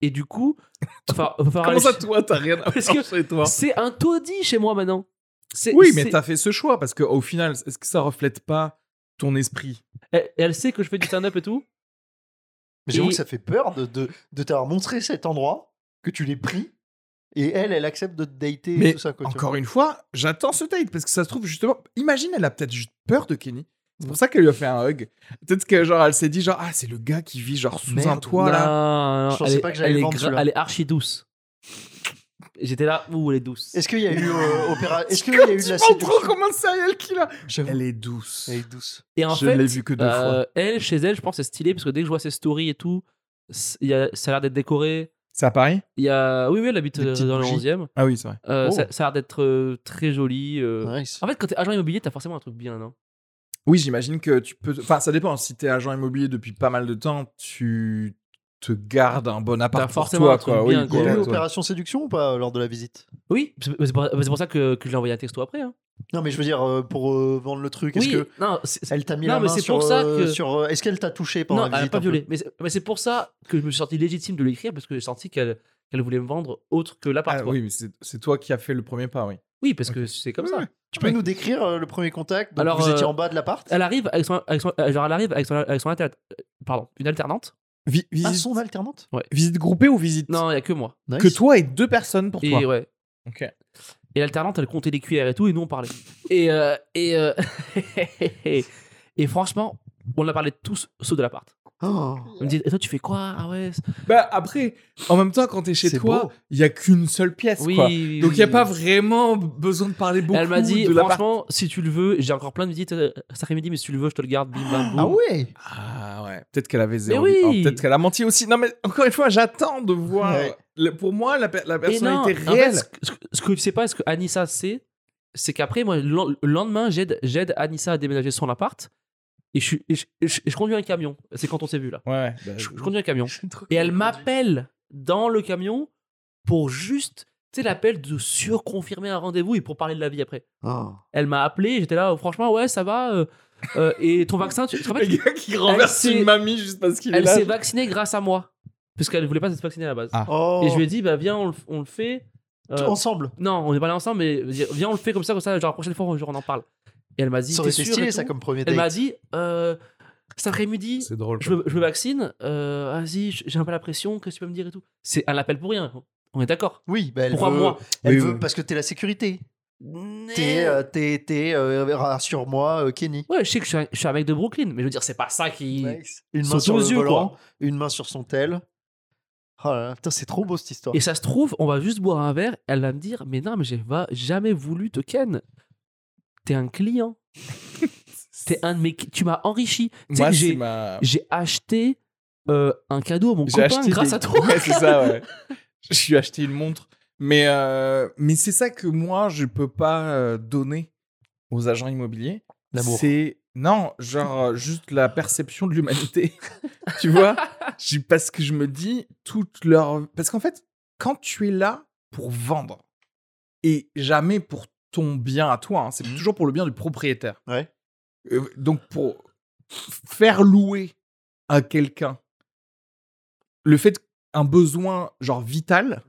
Speaker 2: Et du coup, enfin, va falloir
Speaker 1: Comment
Speaker 2: aller
Speaker 1: ça,
Speaker 2: chez-
Speaker 1: toi, t'as rien à
Speaker 2: Parce
Speaker 1: faire chez toi
Speaker 2: c'est un taudis chez moi maintenant. C'est-
Speaker 1: Oui, mais
Speaker 2: c'est-
Speaker 1: t'as fait ce choix parce qu'au final, est-ce que ça reflète pas ton esprit
Speaker 2: elle, elle sait que je fais du stand-up et tout.
Speaker 3: Mais j'avoue
Speaker 2: Et-
Speaker 3: que ça fait peur de, de, de t'avoir montré cet endroit, que tu l'aies pris, et elle, elle accepte de te dater
Speaker 1: Mais
Speaker 3: et tout ça. Quoi, tu
Speaker 1: Encore une fois, j'attends ce date parce que ça se trouve justement. Imagine, elle a peut-être juste peur de Kenny. C'est pour ça qu'elle lui a fait un hug. Peut-être que genre elle s'est dit genre ah c'est le gars qui vit genre sous un
Speaker 3: Merde,
Speaker 1: toit là.
Speaker 2: Non, non,
Speaker 3: Je pensais
Speaker 2: elle est-
Speaker 3: pas que j'allais
Speaker 2: elle est
Speaker 3: vendre
Speaker 2: gra-
Speaker 3: celui-là.
Speaker 2: Elle est archi douce. J'étais là, ouh, elle est douce.
Speaker 3: Est-ce qu'il y a eu euh, opéra... Est-ce qu'il y
Speaker 1: Quand
Speaker 3: a eu de
Speaker 1: tu
Speaker 3: la
Speaker 1: prends trop
Speaker 3: séduction
Speaker 1: comme un serial killer.
Speaker 3: J'avoue.
Speaker 1: Elle est douce.
Speaker 3: Elle est douce.
Speaker 2: Et en
Speaker 1: je
Speaker 2: fait, bah,
Speaker 1: l'ai vu que deux
Speaker 2: euh, elle, chez elle, je pense que c'est stylé parce que dès que je vois ses stories et tout, c- il y a- ça a l'air d'être décoré.
Speaker 1: C'est à Paris
Speaker 2: Il y a... Oui, oui, elle habite
Speaker 3: Des
Speaker 2: euh,
Speaker 3: petites
Speaker 2: dans le
Speaker 3: bougies.
Speaker 2: 11e.
Speaker 1: Ah oui, c'est vrai.
Speaker 2: Euh,
Speaker 3: Oh.
Speaker 2: ça, ça a l'air d'être euh, très joli. euh.
Speaker 3: Nice.
Speaker 2: En fait, quand t'es agent immobilier, t'as forcément un truc bien, non
Speaker 1: Oui, j'imagine que tu peux. Enfin, ça dépend. Si t'es agent immobilier depuis pas mal de temps, tu te gardes un bon appart
Speaker 2: T'as
Speaker 1: pour
Speaker 2: Bah, forcément
Speaker 1: toi, Ah
Speaker 2: un truc
Speaker 1: quoi.
Speaker 2: bien,
Speaker 1: oui,
Speaker 3: Il y a eu
Speaker 2: quoi.
Speaker 1: ouais, ouais.
Speaker 3: opération séduction ou pas euh, lors de la visite
Speaker 2: Oui, c'est c'est pour, c'est pour ça que, que je lui ai envoyé un texto après. Hein.
Speaker 3: Non, mais je veux dire, euh, pour euh, vendre le truc, est-ce
Speaker 2: oui,
Speaker 3: que
Speaker 2: non, c'est- c'est-
Speaker 3: elle t'a mis
Speaker 2: Non,
Speaker 3: la
Speaker 2: mais
Speaker 3: main
Speaker 2: c'est
Speaker 3: sur,
Speaker 2: pour ça
Speaker 3: euh,
Speaker 2: que-
Speaker 3: sur, euh, Est-ce qu'elle t'a touché pendant
Speaker 2: non,
Speaker 3: la
Speaker 2: elle n'a
Speaker 3: visite
Speaker 2: pas
Speaker 3: un peu
Speaker 2: violé. Mais c'est- mais c'est pour ça que je me suis senti légitime de l'écrire parce que j'ai senti qu'elle qu'elle voulait me vendre autre que l'appart.
Speaker 1: Ah
Speaker 2: quoi.
Speaker 1: oui, mais c'est- c'est toi qui as fait le premier pas, oui.
Speaker 2: Oui, parce que c'est comme
Speaker 1: Oui,
Speaker 2: ça.
Speaker 1: oui.
Speaker 3: Tu peux nous décrire euh, le premier contact Donc,
Speaker 2: Alors,
Speaker 3: Vous étiez
Speaker 2: euh,
Speaker 3: en bas de l'appart
Speaker 2: Elle arrive avec son, avec son- euh, genre elle arrive avec son, avec son alter- euh, pardon, une alternante.
Speaker 1: Vi-
Speaker 3: Ah,
Speaker 1: visite,
Speaker 3: son alternante
Speaker 1: visite groupée ou visite
Speaker 2: Bah, Non, il y a que moi.
Speaker 3: Nice.
Speaker 1: que toi et deux personnes pour
Speaker 2: Et
Speaker 1: toi.
Speaker 2: ouais.
Speaker 1: Ok.
Speaker 2: Et l'alternante, elle comptait les cuillères et tout, et nous on parlait. et euh, et euh, et franchement, on a parlé de tous ceux de l'appart.
Speaker 3: Oh,
Speaker 2: Elle me dit, et toi tu fais quoi Ah ouais. c'est-
Speaker 1: Bah après, en même temps, quand t'es chez
Speaker 3: C'est
Speaker 1: toi,
Speaker 3: beau.
Speaker 1: il y a qu'une seule pièce,
Speaker 2: Oui.
Speaker 1: quoi.
Speaker 2: oui,
Speaker 1: Donc il y a
Speaker 2: oui.
Speaker 1: pas vraiment besoin de parler beaucoup.
Speaker 2: Elle m'a dit,
Speaker 1: de l'appart.
Speaker 2: franchement, si tu le veux, j'ai encore plein de visites euh, cet après-midi, mais si tu le veux, je te le garde, bim bam boum.
Speaker 3: Ah ouais
Speaker 1: Ah ouais, peut-être qu'elle avait zéro.
Speaker 2: Mais
Speaker 1: vie.
Speaker 2: oui.
Speaker 1: Alors, peut-être qu'elle a menti aussi. Non mais encore une fois, j'attends de voir.
Speaker 3: Ouais.
Speaker 1: Le- pour moi, la, per- la
Speaker 2: Et non,
Speaker 1: personnalité
Speaker 2: en fait,
Speaker 1: réelle.
Speaker 2: ce, que- ce que- ce que tu sais pas, ce que Anissa sait, c'est qu'après, moi, le len- le lendemain, j'aide, j'aide Anissa à déménager son appart. Et je, suis- et je, et je- et je conduis un camion. C'est quand on s'est vu là.
Speaker 1: Ouais, bah, ouais.
Speaker 2: Je, je conduis un camion. Et elle m'appelle dans le camion pour juste, tu sais, l'appel de surconfirmer un rendez-vous et pour parler de la vie après.
Speaker 3: Oh.
Speaker 2: Elle m'a appelé, j'étais là, franchement, ouais, ça va. euh, euh, et ton vaccin, tu tu te
Speaker 1: Le
Speaker 2: rappelles
Speaker 1: gars qui renverse
Speaker 2: s'est-
Speaker 1: une mamie juste parce qu'il est
Speaker 2: Elle
Speaker 1: là.
Speaker 2: s'est vaccinée grâce à moi. Parce qu'elle voulait pas se vacciner à la base.
Speaker 1: Ah.
Speaker 3: Oh.
Speaker 2: Et je lui ai dit, bah viens, on le, on le fait. Euh,
Speaker 3: Ensemble
Speaker 2: non, on est pas allé ensemble, mais vas-y, viens, on le fait comme ça, comme ça, genre la prochaine fois, genre, on en parle. Et elle m'a dit,
Speaker 3: Ça
Speaker 2: t'es
Speaker 3: aurait été
Speaker 2: sûr
Speaker 3: stylé ça comme premier
Speaker 2: Elle m'a
Speaker 3: date.
Speaker 2: dit, euh, cet après-midi,
Speaker 1: C'est drôle.
Speaker 2: je, me- je me vaccine, euh, vas-y, j- j'ai un peu la pression, qu'est-ce que tu peux me dire et tout. C'est un appel pour rien, on est d'accord.
Speaker 3: Oui, bah, elle
Speaker 2: Pourquoi
Speaker 3: veut-
Speaker 2: moi
Speaker 3: elle
Speaker 1: Oui,
Speaker 3: veut
Speaker 1: oui.
Speaker 3: parce que t'es la sécurité. T'es,
Speaker 2: Ouais,
Speaker 3: euh, t'es, t'es, euh, rassure-moi, euh, Kenny.
Speaker 2: je sais que je suis, un, je suis un mec de Brooklyn, mais je veux dire, c'est pas ça qui.
Speaker 3: Une
Speaker 2: Saute
Speaker 3: main sur
Speaker 2: aux
Speaker 3: le
Speaker 2: yeux,
Speaker 3: volant,
Speaker 2: quoi.
Speaker 3: une main sur son tel. Oh là là, putain, c'est trop beau cette histoire.
Speaker 2: Et ça se trouve, on va juste boire un verre, elle va me dire, mais non, mais j'ai va- jamais voulu te ken. T'es un client. T'es un de mes. cli- Tu m'as enrichi. Tu sais
Speaker 1: Moi,
Speaker 2: que
Speaker 1: c'est
Speaker 2: j'ai-
Speaker 1: ma.
Speaker 2: j'ai acheté euh, un cadeau à mon
Speaker 1: J'ai
Speaker 2: copain
Speaker 1: acheté
Speaker 2: grâce
Speaker 1: des-
Speaker 2: à toi.
Speaker 1: Ouais, c'est ça, ouais. Je suis acheté une montre. Mais, euh, mais c'est ça que moi, je peux pas euh, donner aux agents immobiliers.
Speaker 3: L'amour.
Speaker 1: C'est. Non, genre, euh, juste la perception de l'humanité. tu vois J'ai- Parce que je me dis, toute leur. Parce qu'en fait, quand tu es là pour vendre, et jamais pour ton bien à toi, hein, c'est
Speaker 3: Mhm.
Speaker 1: toujours pour le bien du propriétaire.
Speaker 3: Ouais.
Speaker 1: Euh, donc, pour faire louer à quelqu'un le fait un besoin genre vital,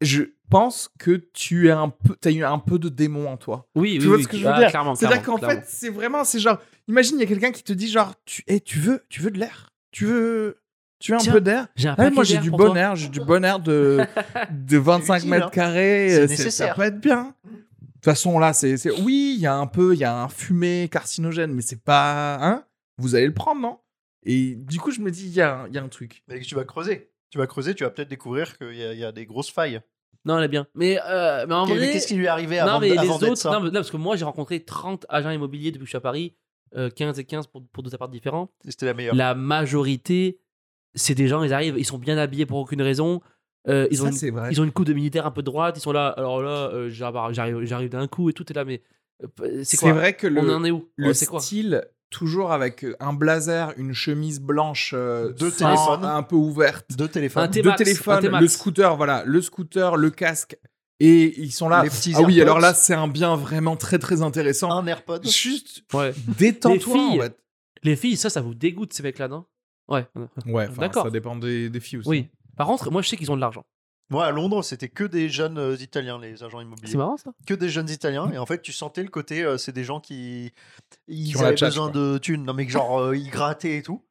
Speaker 1: je pense que tu as un peu, as eu un peu de démon en toi.
Speaker 2: Oui, Ah,
Speaker 1: Tu vois ce que je veux dire
Speaker 2: clairement,
Speaker 1: C'est-à-dire
Speaker 2: clairement,
Speaker 1: qu'en fait, c'est vraiment, c'est genre, imagine il y a quelqu'un qui te dit genre, tu, eh, tu veux, tu veux de l'air, tu veux, tu veux un
Speaker 2: Tiens,
Speaker 1: peu d'air.
Speaker 2: j'ai un
Speaker 1: Ah,
Speaker 2: paquet
Speaker 1: moi j'ai
Speaker 2: d'air
Speaker 1: du
Speaker 2: pour
Speaker 1: bon
Speaker 2: toi.
Speaker 1: air, j'ai du bon air de, de 25
Speaker 3: utile,
Speaker 1: mètres
Speaker 3: hein.
Speaker 1: carrés,
Speaker 3: C'est
Speaker 1: euh, ça
Speaker 3: nécessaire.
Speaker 1: peut être bien. De toute façon là, c'est, c'est- oui, il y a un peu, il y a un fumé carcinogène, mais c'est pas, hein Vous allez le prendre, non Et du coup, je me dis, il y a, un- il y a un truc.
Speaker 3: Mais tu vas creuser. Tu vas creuser, tu vas peut-être découvrir qu'il y, a- il y a des grosses failles.
Speaker 2: Non, elle est bien. Mais, euh, mais en
Speaker 3: Qu'est-
Speaker 2: vrai.
Speaker 3: Qu'est-ce qui lui est arrivé
Speaker 2: non,
Speaker 3: avant,
Speaker 2: mais
Speaker 3: d-
Speaker 2: les
Speaker 3: avant d'être
Speaker 2: autres.
Speaker 3: ça
Speaker 2: Non, mais- non, parce que moi, j'ai rencontré 30 agents immobiliers depuis que je suis à Paris, euh, 15 et 15 pour, pour deux apparts différents.
Speaker 3: C'était la meilleure.
Speaker 2: La majorité, c'est des gens, ils arrivent, ils sont bien habillés pour aucune raison. euh, ils,
Speaker 1: Ça,
Speaker 2: ont une,
Speaker 1: c'est vrai.
Speaker 2: ils ont une coupe de militaire un peu droite, ils sont là, alors là, euh, j'arrive j'arrive- j'arrive d'un coup et tout est là, mais euh,
Speaker 1: C'est,
Speaker 2: c'est quoi
Speaker 1: vrai que le,
Speaker 2: On en est où
Speaker 1: le
Speaker 2: Ouais, C'est quoi
Speaker 1: style, toujours avec euh, un blazer, une chemise blanche, euh,
Speaker 3: Deux
Speaker 1: sans-
Speaker 3: téléphones.
Speaker 1: un peu ouverte,
Speaker 3: Deux
Speaker 2: Un
Speaker 3: téléphones.
Speaker 1: deux
Speaker 2: thé- T-Max, un
Speaker 1: téléphones,
Speaker 2: T-Max.
Speaker 1: le scooter, voilà, le scooter, le casque, et ils sont là.
Speaker 3: Les petits
Speaker 1: ah oui,
Speaker 3: AirPods.
Speaker 1: alors là, c'est un bien vraiment très très intéressant.
Speaker 3: Un AirPod.
Speaker 1: Juste
Speaker 2: Ouais.
Speaker 1: détends-toi.
Speaker 2: Les filles.
Speaker 1: en fait.
Speaker 2: Les filles, ça, ça vous dégoûte ces mecs-là, non Ouais.
Speaker 1: Ouais, enfin,
Speaker 2: D'accord.
Speaker 1: ça dépend des, des filles aussi.
Speaker 2: Oui. Par contre, moi, je sais qu'ils ont de l'argent.
Speaker 3: Moi, à Londres, c'était que des jeunes euh, Italiens, les agents
Speaker 2: C'est
Speaker 3: immobiliers.
Speaker 2: marrant ça.
Speaker 3: Que des jeunes Italiens. Et en fait, tu sentais le côté, euh, c'est des gens qui. Ils
Speaker 1: ont la
Speaker 3: avaient
Speaker 1: tchatche,
Speaker 3: besoin
Speaker 1: quoi.
Speaker 3: de thunes. Non, mais que genre, euh, ils grattaient et tout.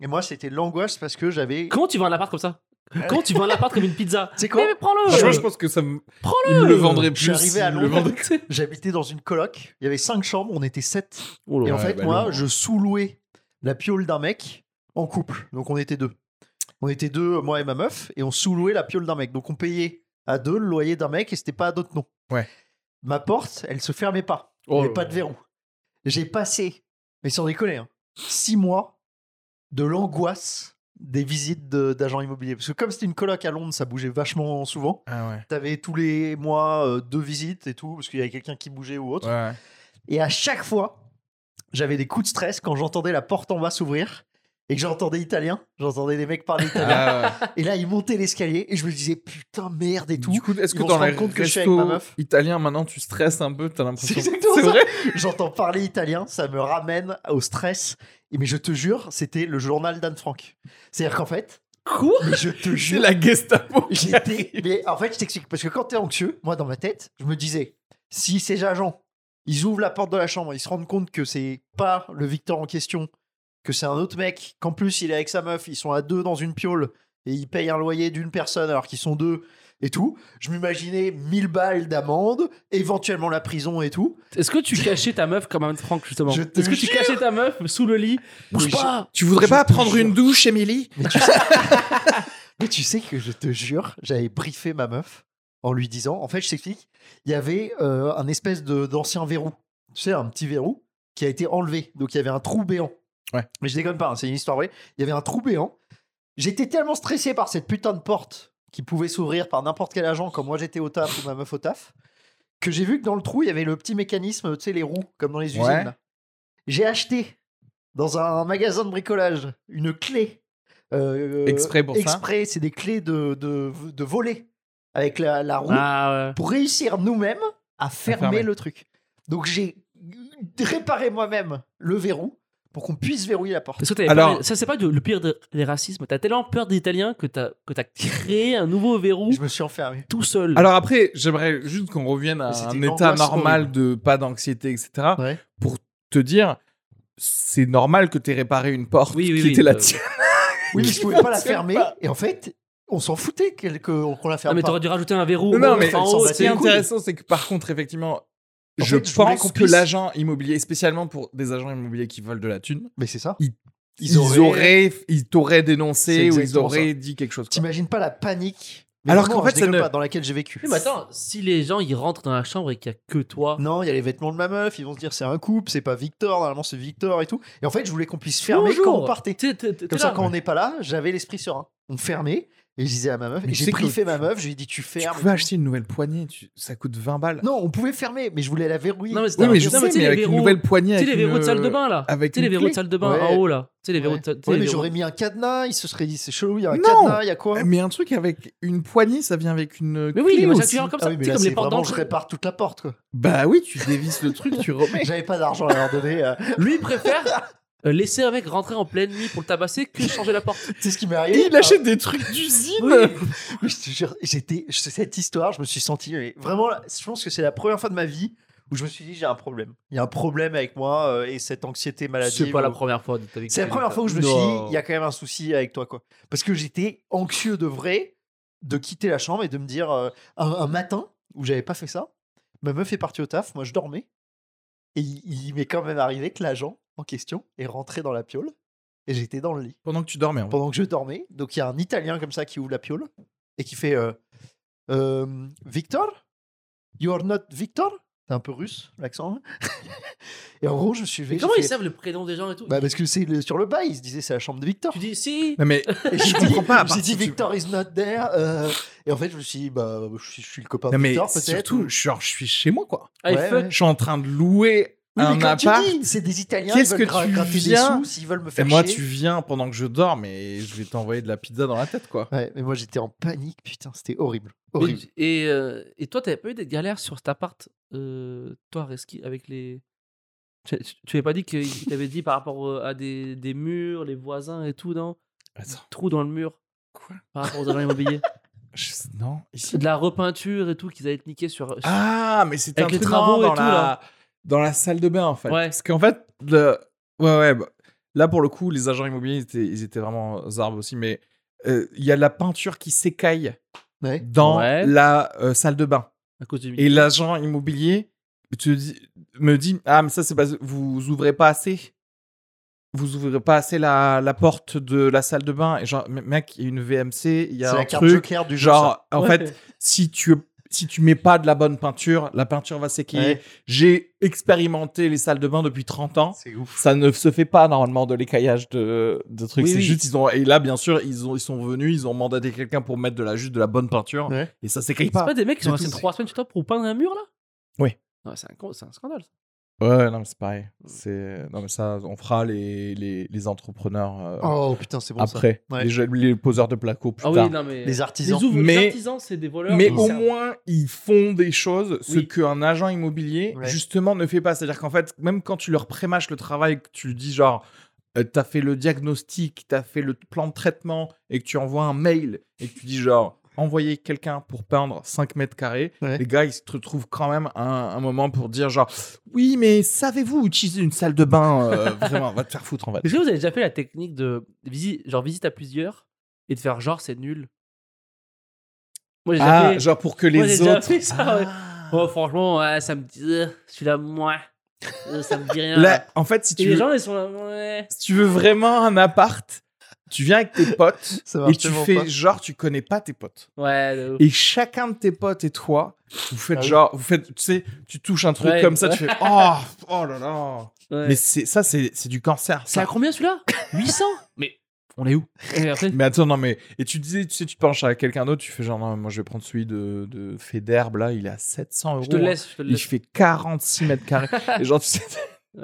Speaker 3: Et moi, c'était l'angoisse parce que j'avais.
Speaker 2: Comment tu vends un appart comme ça Comment tu vends un appart comme une pizza
Speaker 3: C'est quoi
Speaker 2: Mais, mais prends-le
Speaker 1: Franchement, je pense que ça me,
Speaker 2: Prends-le
Speaker 1: il me le vendrait
Speaker 3: Euh, Je
Speaker 1: plus.
Speaker 3: suis arrivé à
Speaker 1: il me le
Speaker 3: Londres.
Speaker 1: vendrait-
Speaker 3: J'habitais dans une coloc. Il y avait cinq chambres, on était sept.
Speaker 2: Oh là
Speaker 3: Et
Speaker 2: là.
Speaker 3: en fait,
Speaker 1: bah,
Speaker 3: moi,
Speaker 1: Londres.
Speaker 3: je sous-louais la piole d'un mec en couple. Donc, on était deux. On était deux, moi et ma meuf, et on sous-louait la piole d'un mec. Donc, on payait à deux le loyer d'un mec et c'était pas à d'autres noms.
Speaker 1: Ouais.
Speaker 3: Ma porte, elle se fermait pas. Il y
Speaker 2: Oh
Speaker 3: avait
Speaker 2: là
Speaker 3: pas
Speaker 2: là.
Speaker 3: de verrou. J'ai passé, mais sans déconner, hein, six mois de l'angoisse des visites de- d'agents immobiliers. Parce que comme c'était une coloc à Londres, ça bougeait vachement souvent.
Speaker 1: Ah ouais.
Speaker 3: T'avais tous les mois euh, deux visites et tout, parce qu'il y avait quelqu'un qui bougeait ou autre.
Speaker 1: Ouais, ouais.
Speaker 3: Et à chaque fois, j'avais des coups de stress quand j'entendais la porte en bas s'ouvrir et que j'entendais italien. J'entendais des mecs parler italien.
Speaker 1: Ah ouais.
Speaker 3: et là, ils montaient l'escalier et je me disais putain, merde et tout.
Speaker 1: Du coup, est-ce
Speaker 3: Ils
Speaker 1: que
Speaker 3: vont
Speaker 1: dans
Speaker 3: se
Speaker 1: les
Speaker 3: rendre compte que je suis avec ma
Speaker 1: restos
Speaker 3: meuf.
Speaker 1: italiens, maintenant, tu stresses un peu T'as l'impression
Speaker 3: C'est exactement ça.
Speaker 1: vrai
Speaker 3: J'entends parler italien, ça me ramène au stress. Et mais je te jure, c'était le journal d'Anne Frank. C'est-à-dire qu'en fait,
Speaker 1: Quoi
Speaker 3: mais je te
Speaker 1: J'ai
Speaker 3: jure,
Speaker 1: la Gestapo qui
Speaker 3: j'étais.
Speaker 1: arrive.
Speaker 3: Mais en fait, je t'explique parce que quand t'es anxieux, moi dans ma tête, je me disais, si ces agents, ils ouvrent la porte de la chambre, ils se rendent compte que c'est pas le Victor en question, que c'est un autre mec, qu'en plus il est avec sa meuf, ils sont à deux dans une piole et ils payent un loyer d'une personne alors qu'ils sont deux et tout. Je m'imaginais 1000 balles d'amende, éventuellement la prison et tout.
Speaker 2: Est-ce que tu cachais ta meuf comme Anne Frank, justement
Speaker 3: Je te
Speaker 2: Est-ce que tu
Speaker 3: jure.
Speaker 2: cachais ta meuf sous le lit
Speaker 3: Mais
Speaker 2: Bouge
Speaker 3: je-
Speaker 2: pas
Speaker 1: Tu voudrais
Speaker 3: Je
Speaker 1: pas
Speaker 3: te
Speaker 1: prendre
Speaker 3: jure.
Speaker 1: une douche, Émilie
Speaker 3: Mais tu sais, Mais tu sais que je te jure, j'avais briefé ma meuf en lui disant, en fait, je t'explique, il y avait euh, un espèce de- d'ancien verrou, tu sais, un petit verrou qui a été enlevé. Donc il y avait un trou béant.
Speaker 1: Ouais.
Speaker 3: Mais je déconne pas, hein, c'est une histoire vraie. Il y avait un trou béant. J'étais tellement stressé par cette putain de porte qui pouvait s'ouvrir par n'importe quel agent, comme moi j'étais au taf ou ma meuf au taf, que j'ai vu que dans le trou, il y avait le petit mécanisme, tu sais, les roues, comme dans les usines.
Speaker 1: Ouais.
Speaker 3: là. J'ai acheté dans un magasin de bricolage une clé. euh,
Speaker 1: Exprès pour ça
Speaker 3: Exprès, c'est des clés de, de, de volet avec la, la roue
Speaker 2: Ah, ouais.
Speaker 3: pour réussir nous-mêmes à fermer,
Speaker 1: fermer.
Speaker 3: le truc. Donc j'ai réparé moi-même le verrou pour qu'on puisse verrouiller la porte.
Speaker 2: Est-ce que t'avais
Speaker 1: Alors-
Speaker 2: peur- Ça, c'est pas de- le pire de- des racismes. T'as tellement peur des Italiens que t'as que t'as créé un nouveau verrou
Speaker 3: Je me suis enfermé.
Speaker 2: tout seul.
Speaker 1: Alors après, j'aimerais juste qu'on revienne à un
Speaker 3: C'était une
Speaker 1: état
Speaker 3: angoisse
Speaker 1: normal
Speaker 3: horrible.
Speaker 1: de pas d'anxiété, etc.
Speaker 3: Ouais.
Speaker 1: Pour te dire, c'est normal que t'aies réparé une porte
Speaker 2: Oui, oui,
Speaker 1: qui
Speaker 2: oui,
Speaker 1: était la
Speaker 2: euh,
Speaker 1: tienne.
Speaker 3: Oui, mais
Speaker 1: Qui
Speaker 3: je pouvais pas la
Speaker 1: fonctionne
Speaker 3: fermer.
Speaker 1: pas.
Speaker 3: Et en fait, on s'en foutait qu'elle- que- qu'on la
Speaker 2: non,
Speaker 3: ferme
Speaker 2: Ah, mais
Speaker 3: pas.
Speaker 2: t'aurais dû rajouter un verrou.
Speaker 1: Non,
Speaker 2: au
Speaker 1: non,
Speaker 2: moins,
Speaker 1: mais
Speaker 2: enfin, en haut,
Speaker 3: s'en
Speaker 1: ce
Speaker 3: bat
Speaker 1: qui est
Speaker 3: les couilles.
Speaker 1: intéressant, c'est que par contre, effectivement,
Speaker 3: En
Speaker 1: je
Speaker 3: fait, je voulais
Speaker 1: pense
Speaker 3: qu'on
Speaker 1: que
Speaker 3: puisse-
Speaker 1: l'agent immobilier, spécialement pour des agents immobiliers qui veulent de la thune,
Speaker 3: Mais c'est ça.
Speaker 1: Ils- ils auraient, ils t'auraient
Speaker 3: C'est
Speaker 1: dénoncé ou ils
Speaker 3: exactement
Speaker 1: auraient dit quelque chose. quoi.
Speaker 3: T'imagines pas la panique. mais
Speaker 1: Alors
Speaker 3: vraiment,
Speaker 1: qu'en fait,
Speaker 3: je déconne
Speaker 1: ça ne-
Speaker 3: pas, dans laquelle j'ai vécu.
Speaker 2: Oui, mais attends, si les gens ils rentrent dans la chambre et qu'il y a que toi,
Speaker 3: Non, il y a les vêtements de ma meuf, ils vont se dire c'est un couple, c'est pas Victor, normalement c'est Victor et tout. Et en fait, je voulais qu'on puisse fermer
Speaker 2: Bonjour.
Speaker 3: quand on partait.
Speaker 2: t'es- t'es- t'es
Speaker 3: Comme
Speaker 2: là.
Speaker 3: ça, quand on n'est pas là, j'avais l'esprit serein. On fermait et je disais à ma meuf,
Speaker 1: Mais
Speaker 3: et
Speaker 1: tu
Speaker 3: j'ai
Speaker 1: sais que
Speaker 3: briefé
Speaker 1: tu-
Speaker 3: ma meuf, je lui ai dit tu
Speaker 1: Tu
Speaker 3: fermes.
Speaker 1: pouvais acheter une nouvelle poignée, tu- ça coûte 20 balles.
Speaker 3: Non, on pouvait fermer, mais je voulais la verrouiller.
Speaker 2: Non, mais c'est
Speaker 1: oui,
Speaker 2: Non,
Speaker 1: mais je
Speaker 2: mais
Speaker 1: sais,
Speaker 2: tu sais,
Speaker 1: mais
Speaker 2: les
Speaker 1: avec une
Speaker 2: verrous-
Speaker 1: nouvelle poignée.
Speaker 2: Tu sais,
Speaker 1: avec
Speaker 2: les verrous
Speaker 1: une,
Speaker 2: de salle de
Speaker 1: euh,
Speaker 2: bain là
Speaker 1: avec
Speaker 2: Tu sais, les
Speaker 1: une
Speaker 2: verrous de
Speaker 1: clé.
Speaker 2: salle de bain
Speaker 3: Ouais.
Speaker 2: en haut là Tu sais, les
Speaker 3: Ouais.
Speaker 2: verrous de salle tu sais,
Speaker 3: Ouais,
Speaker 2: les
Speaker 3: mais
Speaker 2: verrous-
Speaker 3: j'aurais mis un cadenas, il se serait dit c'est chelou, il y a un
Speaker 1: Non. Ah,
Speaker 3: cadenas, il y a quoi
Speaker 1: Mais un truc avec une poignée, ça vient avec une.
Speaker 2: Mais oui,
Speaker 1: clé
Speaker 2: les machins
Speaker 1: aussi.
Speaker 2: clients comme
Speaker 3: Ah
Speaker 2: ça,
Speaker 3: oui,
Speaker 2: tu
Speaker 3: mais
Speaker 2: sais,
Speaker 3: là,
Speaker 2: comme
Speaker 3: c'est
Speaker 2: les portes
Speaker 3: vraiment, je
Speaker 2: d'entrée.
Speaker 3: répare toute la porte quoi.
Speaker 1: Bah oui, tu dévisses le truc, tu remets.
Speaker 3: J'avais pas d'argent à leur donner. euh,
Speaker 2: Lui il préfère euh, laisser un mec rentrer en pleine nuit pour le tabasser que changer la porte. Ah.
Speaker 3: Tu sais ce qui m'est
Speaker 1: Et
Speaker 3: arrivé
Speaker 1: il achète des trucs d'usine.
Speaker 3: Ah, mais je te jure, j'étais. je- Cette histoire, je me suis senti. mais Vraiment, je pense que c'est la première fois de ma vie où je me suis dit j'ai un problème. Il y a un problème avec moi euh, et cette anxiété maladive.
Speaker 2: C'est pas la
Speaker 3: où-
Speaker 2: première fois de ta vie. que
Speaker 3: C'est la
Speaker 2: tu
Speaker 3: première
Speaker 2: fais
Speaker 3: fois où je me
Speaker 2: ça.
Speaker 3: suis dit
Speaker 2: Non.
Speaker 3: il y a quand même un souci avec toi quoi. Parce que j'étais anxieux de vrai de quitter la chambre et de me dire euh, un, un matin où j'avais pas fait ça, ma meuf est partie au taf, moi je dormais et il, il m'est quand même arrivé que l'agent en question est rentré dans la piole et j'étais dans le lit
Speaker 1: Pendant que tu dormais, en fait.
Speaker 3: pendant que je dormais. Donc il y a un Italien comme ça qui ouvre la piole et qui fait euh, Euh, Victor You are not Victor C'est un peu russe l'accent. hein. et en gros, je me suis levé,
Speaker 2: Mais Comment
Speaker 3: j'ai
Speaker 2: ils
Speaker 3: fait-
Speaker 2: savent le prénom des gens et tout
Speaker 3: bah parce que c'est le- sur le bail, il se disait c'est la chambre de Victor.
Speaker 2: Tu dis si
Speaker 1: Non, mais
Speaker 3: Et j'ai
Speaker 1: je comprends pas. à
Speaker 3: J'ai
Speaker 1: partir
Speaker 3: dit
Speaker 1: du-
Speaker 3: Victor is not there. euh, et en fait, je me suis dit, bah, je suis, je suis le copain
Speaker 1: Non,
Speaker 3: de
Speaker 1: mais
Speaker 3: Victor, peut-être.
Speaker 1: surtout,
Speaker 3: ou-
Speaker 1: genre, je suis chez moi, quoi.
Speaker 2: I
Speaker 3: Ouais,
Speaker 2: fuck.
Speaker 1: Je suis en train de louer
Speaker 3: Oui, mais
Speaker 1: un
Speaker 3: comme tu
Speaker 1: appart.
Speaker 3: dis, c'est des Italiens.
Speaker 1: Qu'est-ce
Speaker 3: ils veulent
Speaker 1: que
Speaker 3: gra-
Speaker 1: tu
Speaker 3: gratter des
Speaker 1: viens
Speaker 3: sous S'ils veulent me
Speaker 1: Et
Speaker 3: faire
Speaker 1: moi,
Speaker 3: chier.
Speaker 1: tu viens pendant que je dors, mais je vais t'envoyer de la pizza dans la tête, quoi.
Speaker 3: Ouais, mais moi, j'étais en panique, putain, c'était horrible.
Speaker 2: Mais-
Speaker 3: horrible.
Speaker 2: Et, euh, et toi, t'avais pas eu des galères sur cet appart, euh, toi, Reski, avec les. Tu, tu- tu avais pas dit qu'il t'avait dit par rapport euh, à des, des murs, les voisins et tout, non
Speaker 1: Attends,
Speaker 2: Trou dans le mur
Speaker 1: quoi
Speaker 2: par rapport aux agents immobiliers.
Speaker 1: Je- Non, ici.
Speaker 2: De la repeinture et tout qu'ils allaient te niquer sur. sur-
Speaker 1: Ah, mais c'était un
Speaker 2: Avec les
Speaker 1: truc
Speaker 2: travaux
Speaker 1: dans
Speaker 2: et tout,
Speaker 1: la...
Speaker 2: là.
Speaker 1: Dans la salle de bain, en fait.
Speaker 2: Ouais.
Speaker 1: Parce qu'en fait, le... ouais, ouais, bah, là, pour le coup, les agents immobiliers, ils étaient, ils étaient vraiment zarbes aussi, mais euh, il y a de la peinture qui s'écaille
Speaker 3: Ouais.
Speaker 1: dans
Speaker 2: Ouais.
Speaker 1: la euh, salle de bain.
Speaker 2: à cause du
Speaker 1: Et l'agent immobilier te dit- me dit Ah, mais ça, c'est parce que vous ouvrez pas assez. Vous ouvrez pas assez la, la porte de la salle de bain. Et genre, me- mec, il y a une VMC, il y
Speaker 3: C'est
Speaker 1: a un
Speaker 3: la carte
Speaker 1: truc.
Speaker 3: joker du jeu. ça.
Speaker 1: Genre, en
Speaker 2: Ouais.
Speaker 1: fait, si tu si tu mets pas de la bonne peinture, la peinture va s'équiller.
Speaker 3: Ouais.
Speaker 1: J'ai expérimenté les salles de bain depuis 30 ans.
Speaker 3: C'est ouf.
Speaker 1: Ça ne se fait pas normalement de l'écaillage de, de trucs.
Speaker 2: Oui,
Speaker 1: c'est
Speaker 2: oui.
Speaker 1: juste, ils ont. Et là, bien sûr, ils, ont, ils sont venus, ils ont mandaté quelqu'un pour mettre de la juste de la bonne peinture.
Speaker 3: Ouais.
Speaker 1: Et ça s'écaille
Speaker 2: C'est pas
Speaker 1: pas.
Speaker 2: des mecs qui
Speaker 1: C'est
Speaker 2: sont restés
Speaker 1: tout.
Speaker 2: trois semaines chez toi pour peindre un mur là
Speaker 1: Oui.
Speaker 2: Ouais, c'est un, gros- c'est un scandale. ça.
Speaker 1: Ouais, non, mais c'est pareil. C'est... Non, mais ça, on fera les, les, les entrepreneurs euh,
Speaker 3: Oh putain, c'est bon ça.
Speaker 1: après.
Speaker 3: Ouais.
Speaker 1: Les, jeux- les poseurs de placo plus
Speaker 2: Ah
Speaker 1: tard.
Speaker 2: oui, non mais.
Speaker 3: Les
Speaker 2: les
Speaker 3: artisans.
Speaker 2: ouvres, les
Speaker 1: Mais-
Speaker 2: artisans, c'est des voleurs.
Speaker 1: Mais
Speaker 2: ils
Speaker 1: au
Speaker 2: servent.
Speaker 1: moins, ils font des choses, ce
Speaker 2: Oui.
Speaker 1: qu'un agent immobilier,
Speaker 3: Ouais.
Speaker 1: justement, ne fait pas. C'est-à-dire qu'en fait, même quand tu leur prémâches le travail, que tu dis genre, euh, t'as fait le diagnostic, t'as fait le plan de traitement, et que tu envoies un mail, et que tu dis genre, envoyer quelqu'un pour peindre 5 mètres carrés,
Speaker 3: Ouais.
Speaker 1: les gars, ils se retrouvent quand même à un, un moment pour dire genre, oui, mais savez-vous utiliser une salle de bain euh, Vraiment, va te faire foutre en fait.
Speaker 2: Est-ce que vous avez déjà fait la technique de visite, genre visite à plusieurs et de faire genre c'est nul Moi j'ai déjà
Speaker 1: Ah,
Speaker 2: fait-
Speaker 1: genre pour que
Speaker 2: moi,
Speaker 1: les
Speaker 2: j'ai déjà
Speaker 1: autres.
Speaker 2: fait ça, ouais.
Speaker 1: Ah.
Speaker 2: Oh, franchement, ouais, ça me dit. euh, Je suis là, moi. euh, Ça me dit rien.
Speaker 1: Là, en fait, si
Speaker 2: et
Speaker 1: tu
Speaker 2: les
Speaker 1: veux-
Speaker 2: gens, ils sont là, ouais.
Speaker 1: si tu veux vraiment un appart, tu viens avec tes potes
Speaker 3: Ça
Speaker 1: et
Speaker 3: marche
Speaker 1: tu
Speaker 3: tellement
Speaker 1: fais
Speaker 3: pas.
Speaker 1: genre tu connais pas tes potes.
Speaker 2: Ouais, de ouf.
Speaker 1: Et chacun de tes potes et toi, vous faites
Speaker 3: Ah oui.
Speaker 1: genre, vous faites, tu sais, tu touches un truc
Speaker 2: Ouais,
Speaker 1: comme ça,
Speaker 2: ouais.
Speaker 1: tu fais oh, oh là là.
Speaker 2: Ouais.
Speaker 1: Mais c'est ça, c'est c'est du cancer.
Speaker 2: C'est
Speaker 1: Ça.
Speaker 2: à combien celui-là 800 Mais on est où Et après,
Speaker 1: Mais attends, non, mais. Et tu disais, tu sais, tu te penches à quelqu'un d'autre, tu fais genre, non, moi je vais prendre celui de, de d'herbe là, il est à 700 euros.
Speaker 2: Je te
Speaker 1: hein.
Speaker 2: laisse, je te le
Speaker 1: Il
Speaker 2: laisse.
Speaker 1: fait 46 mètres carrés. et genre, tu sais,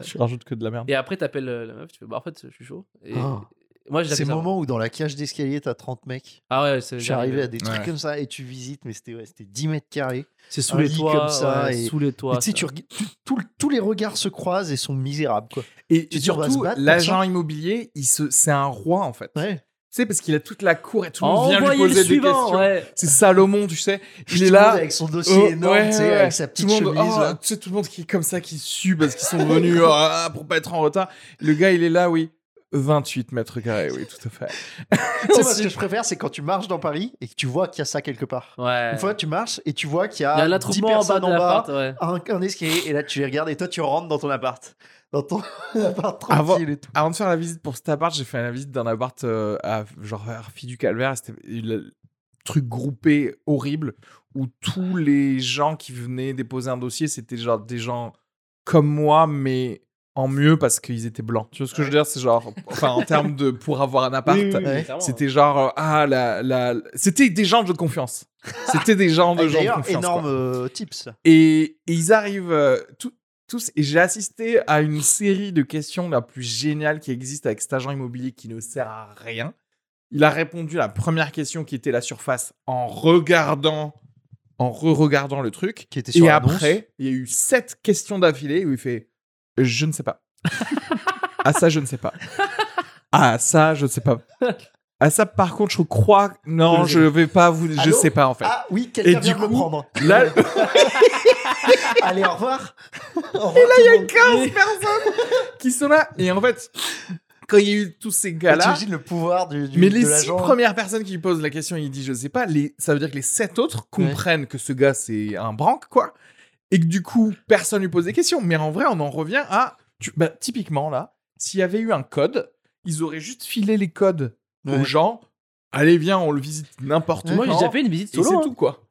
Speaker 1: tu rajoutes que de la merde.
Speaker 2: Et après, t'appelles euh, la meuf, tu fais bah en fait, je suis chaud. Et
Speaker 1: Ah,
Speaker 3: Oh.
Speaker 2: moi, j'ai déjà
Speaker 3: C'est
Speaker 2: fait
Speaker 3: le
Speaker 2: ça.
Speaker 3: moment où dans la cage d'escalier, t'as 30 mecs.
Speaker 2: Ah ouais, c'est
Speaker 3: Je suis arrivé à des trucs
Speaker 1: Ouais.
Speaker 3: comme ça et tu visites, mais c'était ouais, c'était 10 mètres carrés.
Speaker 2: C'est sous
Speaker 3: un
Speaker 2: les
Speaker 3: lit
Speaker 2: toits,
Speaker 3: comme ça,
Speaker 2: ouais,
Speaker 3: et-
Speaker 2: sous les toits.
Speaker 3: Et tu sais,
Speaker 2: ça.
Speaker 3: tu reg- tu- tout le- tous les regards se croisent et sont misérables. Quoi.
Speaker 1: Et,
Speaker 3: Tu dis, on va se
Speaker 1: surtout,
Speaker 3: battre pour
Speaker 1: l'agent immobilier, il se, c'est un roi en fait.
Speaker 3: Ouais.
Speaker 1: Tu sais, parce qu'il a toute la cour et tout le monde vient lui
Speaker 2: Envoyez le
Speaker 1: poser des
Speaker 2: suivant,
Speaker 1: questions.
Speaker 2: ouais.
Speaker 1: C'est Salomon, tu sais.
Speaker 3: Tout
Speaker 1: Il est
Speaker 3: le monde
Speaker 1: là.
Speaker 3: avec son dossier
Speaker 1: oh,
Speaker 3: énorme,
Speaker 1: ouais,
Speaker 3: tu sais,
Speaker 1: ouais.
Speaker 3: avec sa
Speaker 1: Tout
Speaker 3: petite
Speaker 1: le monde,
Speaker 3: chemise.
Speaker 1: oh,
Speaker 3: là.
Speaker 1: tu sais, tout le monde qui est comme ça, qui sue parce qu'ils sont venus oh, ah, pour pas être en retard. Le gars, il est là, oui. 28 mètres carrés, oui, tout à fait.
Speaker 3: Tu sais, moi, ce que je préfère, c'est quand tu marches dans Paris et que tu vois qu'il y a ça quelque part.
Speaker 2: Ouais.
Speaker 3: Une fois, tu marches et tu vois qu'il y
Speaker 1: Ah,
Speaker 2: Il y a
Speaker 3: a,
Speaker 2: un
Speaker 3: 10
Speaker 2: attroupement en bas
Speaker 3: personnes
Speaker 2: de
Speaker 3: en bas,
Speaker 2: l'appart, ouais.
Speaker 3: un, un escalier, et là, tu les regardes et toi, tu rentres dans ton appart. Dans ton appart
Speaker 1: Avant-
Speaker 3: tranquille et tout.
Speaker 1: Avant de faire la visite pour cet appart, j'ai fait la visite d'un appart euh, à genre à Arfi du Calvaire. C'était le truc groupé horrible où tous les gens qui venaient déposer un dossier, c'était genre des gens comme moi, mais en mieux parce qu'ils étaient blancs. Tu vois ce que je veux dire C'est genre, enfin, en termes de pour avoir un appart.
Speaker 3: oui, oui,
Speaker 2: clairement.
Speaker 1: C'était genre, euh, ah, la, la, c'était des gens de confiance. C'était des gens de
Speaker 3: Et
Speaker 1: gens de
Speaker 3: D'ailleurs,
Speaker 1: confiance. quoi.
Speaker 3: énorme euh, tips.
Speaker 1: Et, et ils arrivent euh, tout- tous. Et j'ai assisté à une série de questions la plus géniale qui existe avec cet agent immobilier qui ne sert à rien. Il a répondu à la première question qui était la surface en regardant, en re-regardant le truc.
Speaker 3: Qui était sur
Speaker 1: Et
Speaker 3: l'annonce.
Speaker 1: après, il y a eu sept questions d'affilée où il fait Je ne sais pas. ah, ça, je ne sais pas. Ah, ça, je ne sais pas. Ah, ça, par contre, je crois. Non, je vais pas vous. Je
Speaker 3: Allô
Speaker 1: sais pas, en fait.
Speaker 3: Ah oui, quelqu'un
Speaker 1: du
Speaker 3: vient de me
Speaker 1: coup,
Speaker 3: prendre.
Speaker 1: Là,
Speaker 3: Allez, au revoir. et là, il y a
Speaker 1: 15 personnes qui sont là. Et en fait, quand il y a eu tous
Speaker 2: Bah,
Speaker 1: ces gars-là,
Speaker 3: T'imagines le pouvoir du, du
Speaker 1: mais
Speaker 3: de
Speaker 1: les six
Speaker 2: hein.
Speaker 3: l'agent.
Speaker 1: premières personnes qui lui posent la question, il dit je sais pas, les, ça veut dire que les sept autres comprennent que ce gars c'est un branque, quoi. Et que du coup, personne lui pose des questions. Mais en vrai, on en revient à. tu- bah, typiquement, là, s'il y avait eu un code, ils auraient juste filé les codes aux
Speaker 3: Ouais.
Speaker 1: gens. Allez, viens, on le visite n'importe
Speaker 3: Ouais.
Speaker 1: où.
Speaker 2: Moi, j'ai déjà fait une visite
Speaker 1: Et c'est
Speaker 2: solo. hein.
Speaker 1: tout, quoi.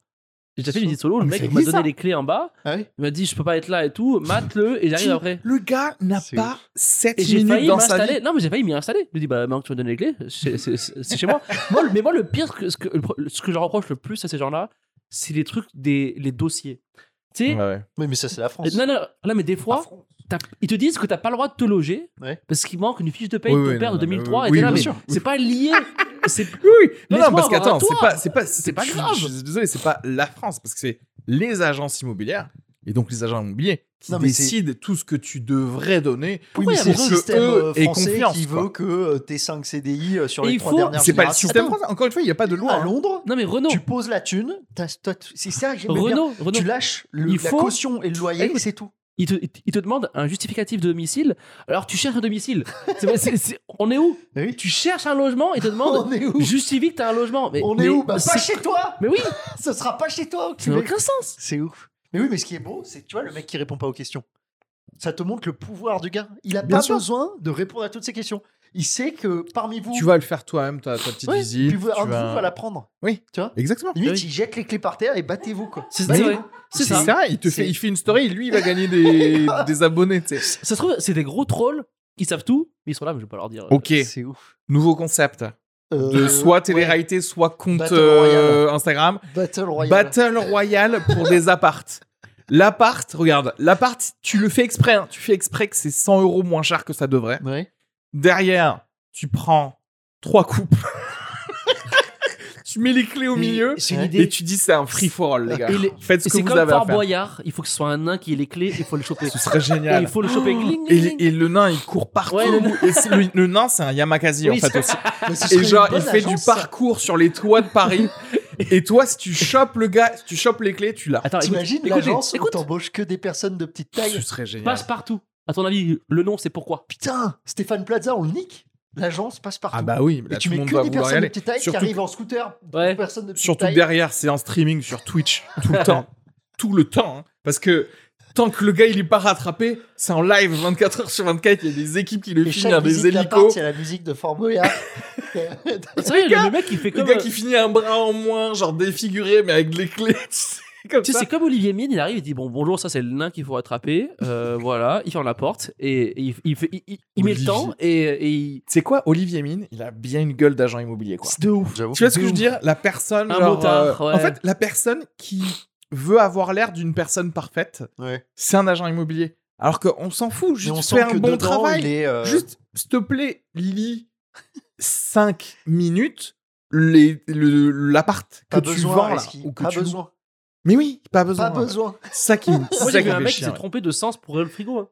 Speaker 2: J'ai déjà fait une visite solo. Le
Speaker 1: Mais
Speaker 2: mec
Speaker 1: c'est
Speaker 2: m'a donné
Speaker 1: bizarre.
Speaker 2: les clés en bas.
Speaker 3: Ah oui
Speaker 2: Il m'a dit, je peux pas être là et tout. Mate-le et j'arrive
Speaker 1: Tu-
Speaker 2: après.
Speaker 1: Le gars n'a
Speaker 3: C'est
Speaker 1: pas sept
Speaker 2: Et j'ai
Speaker 1: minutes
Speaker 2: failli
Speaker 1: dans sa
Speaker 2: m'installer.
Speaker 1: vie.
Speaker 2: Non, mais j'ai failli m'y installer. Je lui dis, bah, maintenant que tu me donnes les clés, c'est c'est- c'est- c'est chez moi. Moi, le- Mais moi, le pire, que- ce que, le pro- ce que je reproche le plus à ces gens-là, c'est les trucs, des, les dossiers. Tu sais, euh,
Speaker 1: Ouais. Ah,
Speaker 3: Oui, mais ça, c'est la France.
Speaker 2: non, non, non, mais des fois, t'as- ils te disent que t'as pas le droit de te loger
Speaker 3: Ouais.
Speaker 2: parce qu'il manque une fiche de paye
Speaker 1: Oui,
Speaker 2: de ton
Speaker 1: oui,
Speaker 2: père
Speaker 1: non,
Speaker 2: de
Speaker 1: non, mais
Speaker 2: 2003.
Speaker 1: oui,
Speaker 2: et t'es là,
Speaker 1: bien
Speaker 2: mais
Speaker 1: sûr.
Speaker 2: c'est pas lié. c'est
Speaker 1: Oui, oui. Non, non,
Speaker 2: Laisse-moi
Speaker 1: parce
Speaker 2: avoir un
Speaker 1: qu'attends, c'est
Speaker 2: toit.
Speaker 1: pas, c'est pas, c'est
Speaker 2: pas
Speaker 1: je-
Speaker 2: grave.
Speaker 1: Je, suis désolé, c'est pas la France, parce que c'est les agences immobilières et donc les agents immobiliers qui
Speaker 3: Non, mais c'est-
Speaker 1: décident tout ce que tu devrais donner.
Speaker 3: Oui,
Speaker 2: Pourquoi
Speaker 3: mais
Speaker 2: il y a
Speaker 3: c'est le
Speaker 2: besoin
Speaker 1: que
Speaker 3: système
Speaker 1: eux
Speaker 3: euh,
Speaker 1: aient
Speaker 3: français
Speaker 1: confiance,
Speaker 3: qui
Speaker 1: quoi.
Speaker 3: veut que euh, tes 5 CDI euh, sur
Speaker 2: Et
Speaker 3: les
Speaker 2: il
Speaker 3: trois
Speaker 2: faut-
Speaker 3: dernières
Speaker 1: C'est pas le
Speaker 3: générations-
Speaker 1: système français. Encore une fois, il n'y a pas de loi.
Speaker 3: à
Speaker 1: hein.
Speaker 3: Londres,
Speaker 2: Non, mais Renault.
Speaker 3: tu poses la thune, t'as- toi, tu- c'est ça que j'aime bien.
Speaker 2: Renault,
Speaker 3: Tu
Speaker 2: Renault.
Speaker 3: lâches le-
Speaker 2: Il
Speaker 3: la
Speaker 2: faut-
Speaker 3: caution et le loyer,
Speaker 2: Écoute.
Speaker 3: c'est tout.
Speaker 2: Il te, il te demande un justificatif de domicile. Alors tu cherches un domicile. C'est pas- c'est- c'est- on est où
Speaker 3: Oui.
Speaker 2: Tu cherches un logement et te demande
Speaker 3: On est où
Speaker 2: justifie que t'as un logement. Mais,
Speaker 3: On
Speaker 2: mais
Speaker 3: est où Bah,
Speaker 2: c'est-
Speaker 3: Pas chez toi
Speaker 2: mais oui,
Speaker 3: Ce sera pas chez toi,
Speaker 2: ça n'a
Speaker 3: enculé.
Speaker 2: aucun sens.
Speaker 3: C'est ouf. Mais oui, mais ce qui est beau, c'est tu vois le mec qui répond pas aux questions. Ça te montre le pouvoir du gars. Il a
Speaker 1: Bien
Speaker 3: pas
Speaker 1: sûr.
Speaker 3: besoin de répondre à toutes ces questions. Il sait que parmi vous,
Speaker 1: hein. Tu vas le faire toi-même, ta, ta petite
Speaker 3: Ouais,
Speaker 1: visite.
Speaker 3: puis vous-
Speaker 1: tu
Speaker 3: un de
Speaker 1: vas-
Speaker 3: vous va la prendre.
Speaker 1: Oui.
Speaker 3: Tu vois
Speaker 1: Exactement.
Speaker 3: Limite,
Speaker 2: Oui.
Speaker 3: il jette les clés par terre et battez-vous quoi.
Speaker 2: C'est
Speaker 3: Mais-
Speaker 2: c'est vrai. C'est
Speaker 1: C'est ça.
Speaker 2: ça.
Speaker 1: il te fait,
Speaker 2: C'est-
Speaker 1: il fait une story, lui, il va gagner des, des abonnés. tu sais.
Speaker 2: Ça se trouve, c'est des gros trolls qui savent tout, mais ils sont là, mais je vais pas leur dire. euh,
Speaker 1: Ok,
Speaker 3: C'est ouf.
Speaker 1: nouveau concept. De
Speaker 3: Euh,
Speaker 1: soit télé-réalité, soit compte
Speaker 3: Battle
Speaker 1: euh, Instagram.
Speaker 3: Battle Royale.
Speaker 1: Battle Royale pour des appartes. L'appart, regarde, l'appart, tu le fais exprès. hein. Tu fais exprès que c'est 100 euros moins cher que ça devrait.
Speaker 3: Ouais.
Speaker 1: Derrière, tu prends trois couples. tu mets les clés au milieu.
Speaker 2: C'est une
Speaker 3: Ouais.
Speaker 1: Et
Speaker 2: idée.
Speaker 1: tu dis c'est un free for all, les gars.
Speaker 2: Et les-
Speaker 1: Faites ce
Speaker 2: Et
Speaker 1: que
Speaker 2: c'est
Speaker 1: vous
Speaker 2: comme
Speaker 1: avez à
Speaker 2: Fort
Speaker 1: faire.
Speaker 2: Boyard, il faut que ce soit un nain qui ait les clés, il faut le choper.
Speaker 1: Ce serait
Speaker 2: Et
Speaker 1: génial.
Speaker 2: il faut le choper. Gling,
Speaker 1: Et,
Speaker 2: gling, gling.
Speaker 1: et le nain, il court partout.
Speaker 2: Ouais, le nain.
Speaker 1: Et c'est- le, le nain, c'est un Yamakasi
Speaker 2: Oui,
Speaker 1: en fait
Speaker 2: c'est-
Speaker 1: aussi.
Speaker 3: Mais ce serait
Speaker 1: Et genre,
Speaker 3: une
Speaker 1: il
Speaker 3: bonne
Speaker 1: fait
Speaker 3: agence,
Speaker 1: du
Speaker 3: ça.
Speaker 1: parcours sur les toits de Paris. et toi, si tu chopes le gars, si tu chopes les clés, tu l'as.
Speaker 2: Attends, écoute,
Speaker 3: T'imagines
Speaker 2: écoute,
Speaker 3: l'agence où
Speaker 2: écoute,
Speaker 3: t'embauches que des personnes de petite taille.
Speaker 1: Ce serait génial.
Speaker 2: passe partout. À ton avis, le nom, c'est pourquoi
Speaker 3: Putain, Stéphane Plaza, on le nique. L'agence passe partout.
Speaker 1: Ah bah oui,
Speaker 3: et
Speaker 1: là,
Speaker 3: tu
Speaker 1: tout le
Speaker 3: mets
Speaker 1: monde
Speaker 3: que
Speaker 1: doit
Speaker 3: des
Speaker 1: vouloir y
Speaker 3: personnes de
Speaker 1: aller.
Speaker 3: petite taille
Speaker 1: Surtout-
Speaker 3: qui arrivent en scooter.
Speaker 2: Ouais.
Speaker 3: Personnes de petite
Speaker 1: Surtout
Speaker 3: taille.
Speaker 1: derrière, c'est en streaming sur Twitch tout le temps. Tout le temps. hein. Parce que tant que le gars, il est pas rattrapé, c'est en live 24h sur 24. Il y a des équipes qui le
Speaker 3: Et
Speaker 1: filment à
Speaker 3: chaque
Speaker 1: des
Speaker 3: musique d'appart,
Speaker 1: hélicos.
Speaker 3: c'est la musique de Fort Boyard.
Speaker 2: C'est vrai, le mec, il fait
Speaker 1: Le
Speaker 2: comme. euh,
Speaker 1: gars qui finit un bras en moins, genre défiguré, mais avec des clés. tu sais, comme
Speaker 2: Tu sais,
Speaker 1: ça.
Speaker 2: c'est comme Olivier Mine, il arrive, il dit bon bonjour, ça c'est le nain qu'il faut attraper, euh, voilà, il ferme la porte et, et il, il fait- il- il- il met le
Speaker 1: Olivier.
Speaker 2: temps et, et il-
Speaker 1: C'est quoi, Olivier Mine Il a bien une gueule d'agent immobilier, quoi.
Speaker 3: de ouf.
Speaker 1: Tu vois ce que je veux dire La personne.
Speaker 2: Un
Speaker 1: genre, euh,
Speaker 2: motard, ouais.
Speaker 1: En fait, la personne qui veut avoir l'air d'une personne parfaite,
Speaker 3: Ouais.
Speaker 1: c'est un agent immobilier. Alors qu'on s'en fout,
Speaker 3: Mais on
Speaker 1: juste
Speaker 3: sent
Speaker 1: fais un
Speaker 3: que
Speaker 1: bon
Speaker 3: dedans,
Speaker 1: travail.
Speaker 3: il est. euh,
Speaker 1: Juste, s'il te plaît, lis 5 minutes les- le- l'appart que
Speaker 3: pas
Speaker 1: tu
Speaker 3: besoin,
Speaker 1: vends là,
Speaker 3: Reski,
Speaker 1: ou que
Speaker 3: pas
Speaker 1: tu loues.
Speaker 3: besoin.
Speaker 1: Mais oui, pas besoin.
Speaker 3: Pas besoin.
Speaker 1: ouais. Ça qui, ça
Speaker 2: Moi j'ai
Speaker 1: qui
Speaker 2: vu un
Speaker 1: me fait
Speaker 2: mec qui
Speaker 1: chier,
Speaker 2: s'est
Speaker 1: ouais.
Speaker 2: trompé de sens pour le frigo. hein.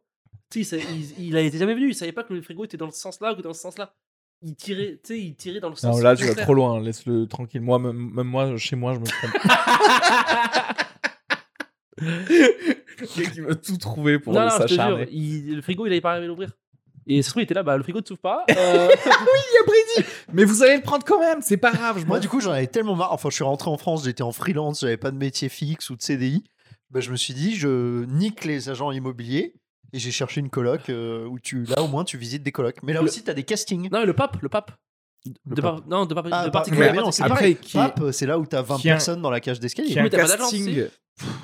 Speaker 2: Tu sais, il, s'est- il- il a été jamais venu, il savait pas que le frigo était dans le sens là ou que dans ce sens là. Il tirait, tu sais, il tirait dans le sens.
Speaker 1: Non, là, tu vas
Speaker 2: contraire.
Speaker 1: trop loin, laisse-le tranquille. Moi, même, même moi, chez moi, je me trompe. Le mec, il va tout trouver pour
Speaker 2: Non, non, je te jure,
Speaker 1: s'acharner.
Speaker 2: il- le frigo il avait pas arrivé à l'ouvrir. Et ça se trouve, il était là, bah le frigo ne s'ouvre pas. euh,
Speaker 1: Il y a Brady Mais vous allez le prendre quand même, c'est pas grave. Je m'en
Speaker 3: Moi, du coup, j'en avais tellement marre. Enfin, je suis rentré en France, j'étais en freelance, j'avais pas de métier fixe ou de CDI. Bah, je me suis dit, je nique les agents immobiliers et j'ai cherché une coloc euh, où tu, là, au moins, tu visites des colocs. Mais là
Speaker 2: Le-
Speaker 3: aussi, t'as des castings.
Speaker 2: non, le pape, le pape. De par- Non, de, par-
Speaker 3: Ah,
Speaker 2: de
Speaker 3: par-
Speaker 2: particulier.
Speaker 3: mais non, c'est
Speaker 1: Après,
Speaker 3: pareil.
Speaker 1: qui-
Speaker 3: Pape, c'est là où t'as 20
Speaker 1: qui a-
Speaker 3: personnes dans la cage d'escalier.
Speaker 1: qui a un
Speaker 2: Oui, t'as pas d'agence,
Speaker 1: casting,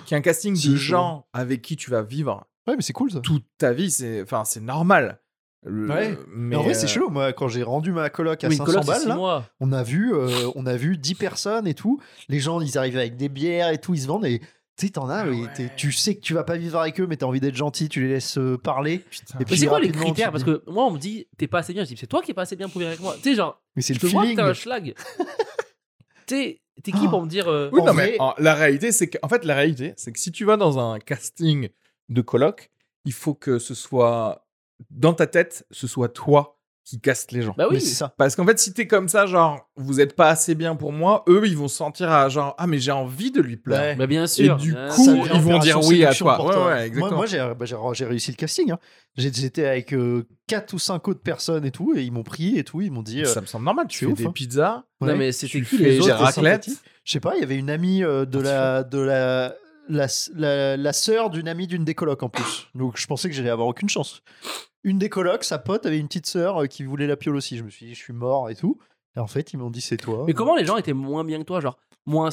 Speaker 1: qui a un casting
Speaker 3: Si,
Speaker 1: de
Speaker 3: je-
Speaker 1: gens avec qui tu vas vivre
Speaker 3: Ouais, mais c'est cool ça.
Speaker 1: toute ta vie, c'est enfin c'est normal. Le-
Speaker 3: Ouais. Mais
Speaker 1: Mais
Speaker 3: en vrai, c'est
Speaker 1: euh,
Speaker 3: chelou. Moi, quand j'ai rendu ma coloc à
Speaker 2: Oui, une
Speaker 3: 500
Speaker 2: coloc, c'est
Speaker 3: balles,
Speaker 2: six
Speaker 3: là,
Speaker 2: mois.
Speaker 3: on a vu, euh, on a vu 10 personnes et tout. Les gens, ils arrivaient avec des bières et tout, ils se vendent et tu sais, t'en
Speaker 1: Ah
Speaker 3: as, mais t'es- tu sais que tu vas pas vivre avec eux, mais t'as envie d'être gentil, tu les laisses euh, parler.
Speaker 1: putain.
Speaker 3: Et
Speaker 2: Mais
Speaker 3: puis-
Speaker 2: c'est quoi les
Speaker 3: rapidement,
Speaker 2: critères
Speaker 3: tu
Speaker 2: Parce
Speaker 3: te
Speaker 2: que moi, on me dit, t'es pas assez bien. Je dis, c'est toi qui es pas assez bien pour vivre avec moi. Tu sais, genre,
Speaker 3: Mais c'est
Speaker 2: je
Speaker 3: le
Speaker 2: te vois que
Speaker 3: feeling.
Speaker 2: t'as un schlag. T'es t'es qui pour me dire. euh,
Speaker 1: Oui,
Speaker 3: en
Speaker 1: non,
Speaker 3: vrai-
Speaker 1: mais en- la réalité, c'est que en fait, la réalité, c'est que si tu vas dans un casting de colloque, il faut que ce soit dans ta tête, ce soit toi qui casse les gens.
Speaker 2: Bah
Speaker 3: Mais
Speaker 2: oui,
Speaker 3: c'est ça.
Speaker 1: Parce qu'en fait, si t'es comme ça, genre, vous êtes pas assez bien pour moi, eux, ils vont se sentir à genre, ah, mais j'ai envie de lui plaire.
Speaker 2: bah bien
Speaker 1: Et
Speaker 2: sûr.
Speaker 1: du
Speaker 2: bien
Speaker 1: coup,
Speaker 3: Ça
Speaker 2: sûr.
Speaker 3: devient
Speaker 1: ils vont dire
Speaker 3: opération
Speaker 1: oui à
Speaker 3: séduction
Speaker 1: toi.
Speaker 3: pour
Speaker 1: Ouais,
Speaker 3: toi.
Speaker 1: ouais, exactement.
Speaker 3: Moi, moi, j'ai bah, j'ai- j'ai réussi le casting. hein. J'ai- J'étais avec 4 ou 5 autres personnes et tout, et ils m'ont pris et tout. Ils m'ont dit. euh,
Speaker 1: Ça me semble normal, tu
Speaker 3: c'est
Speaker 1: fais
Speaker 3: ouf,
Speaker 1: des
Speaker 3: hein.
Speaker 1: pizzas.
Speaker 2: Non,
Speaker 3: ouais.
Speaker 2: mais c'était
Speaker 1: tu
Speaker 2: qui
Speaker 1: fais
Speaker 2: les autres
Speaker 1: Gérard
Speaker 2: c'est
Speaker 1: Clerc.
Speaker 2: sympathique.
Speaker 3: Je sais pas, il y avait une amie euh, de la de la la, la, la sœur d'une amie d'une des colocs en plus. Donc je pensais que j'allais avoir aucune chance. Une des colocs, sa pote avait une petite sœur euh, qui voulait la piole aussi. Je me suis dit je suis mort et tout. Et en fait, ils m'ont dit c'est toi.
Speaker 2: Mais comment les gens étaient moins bien que toi Genre, moins.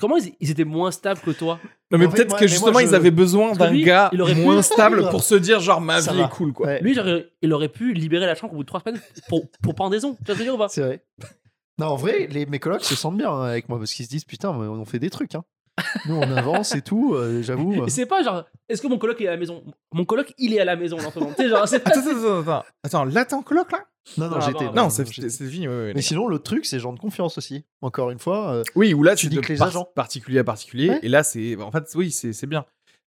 Speaker 2: Comment ils, ils étaient moins stables que toi
Speaker 1: Non, mais
Speaker 3: En fait,
Speaker 1: peut-être
Speaker 3: moi-
Speaker 1: que
Speaker 3: mais moi,
Speaker 1: justement, ils
Speaker 3: je-
Speaker 1: avaient besoin
Speaker 2: Parce que
Speaker 1: d'un
Speaker 2: lui,
Speaker 1: gars
Speaker 2: il aurait pu-
Speaker 1: moins stable
Speaker 3: Ouais.
Speaker 1: pour se dire, genre, ma
Speaker 3: Ça
Speaker 1: vie
Speaker 3: va.
Speaker 1: est cool, quoi.
Speaker 3: Ouais,
Speaker 2: Lui, genre, il aurait pu libérer la chambre au bout de trois semaines pour, pour pendaison. Tu vois ce que je veux dire ou pas
Speaker 3: c'est vrai. Non, en vrai, les, mes colocs se sentent bien hein, avec moi parce qu'ils se disent putain, mais on fait des trucs. Hein. Nous, on avance et tout. euh, J'avoue. euh.
Speaker 2: Et C'est pas genre, est-ce que mon coloc est à la maison Mon coloc, il est à la maison dans ce moment. Tu sais, genre,
Speaker 3: Ah,
Speaker 2: c'est pas.
Speaker 1: Attends, attends, attends, attends. Attends, là, t'es en coloc, là
Speaker 3: Non, non,
Speaker 2: Ah,
Speaker 3: j'étais.
Speaker 2: bon,
Speaker 1: Non, c'est
Speaker 3: j'étais-
Speaker 1: c'est fini, ouais, ouais, ouais.
Speaker 3: Mais sinon, l'autre truc, c'est gens de confiance aussi. Encore une fois. euh,
Speaker 1: Oui, ou là,
Speaker 3: Tu
Speaker 1: tu
Speaker 3: dis
Speaker 1: dis
Speaker 3: que les agents.
Speaker 1: particulier à particulier.
Speaker 3: Ouais.
Speaker 1: Et là, c'est. En fait, oui, c'est c'est bien.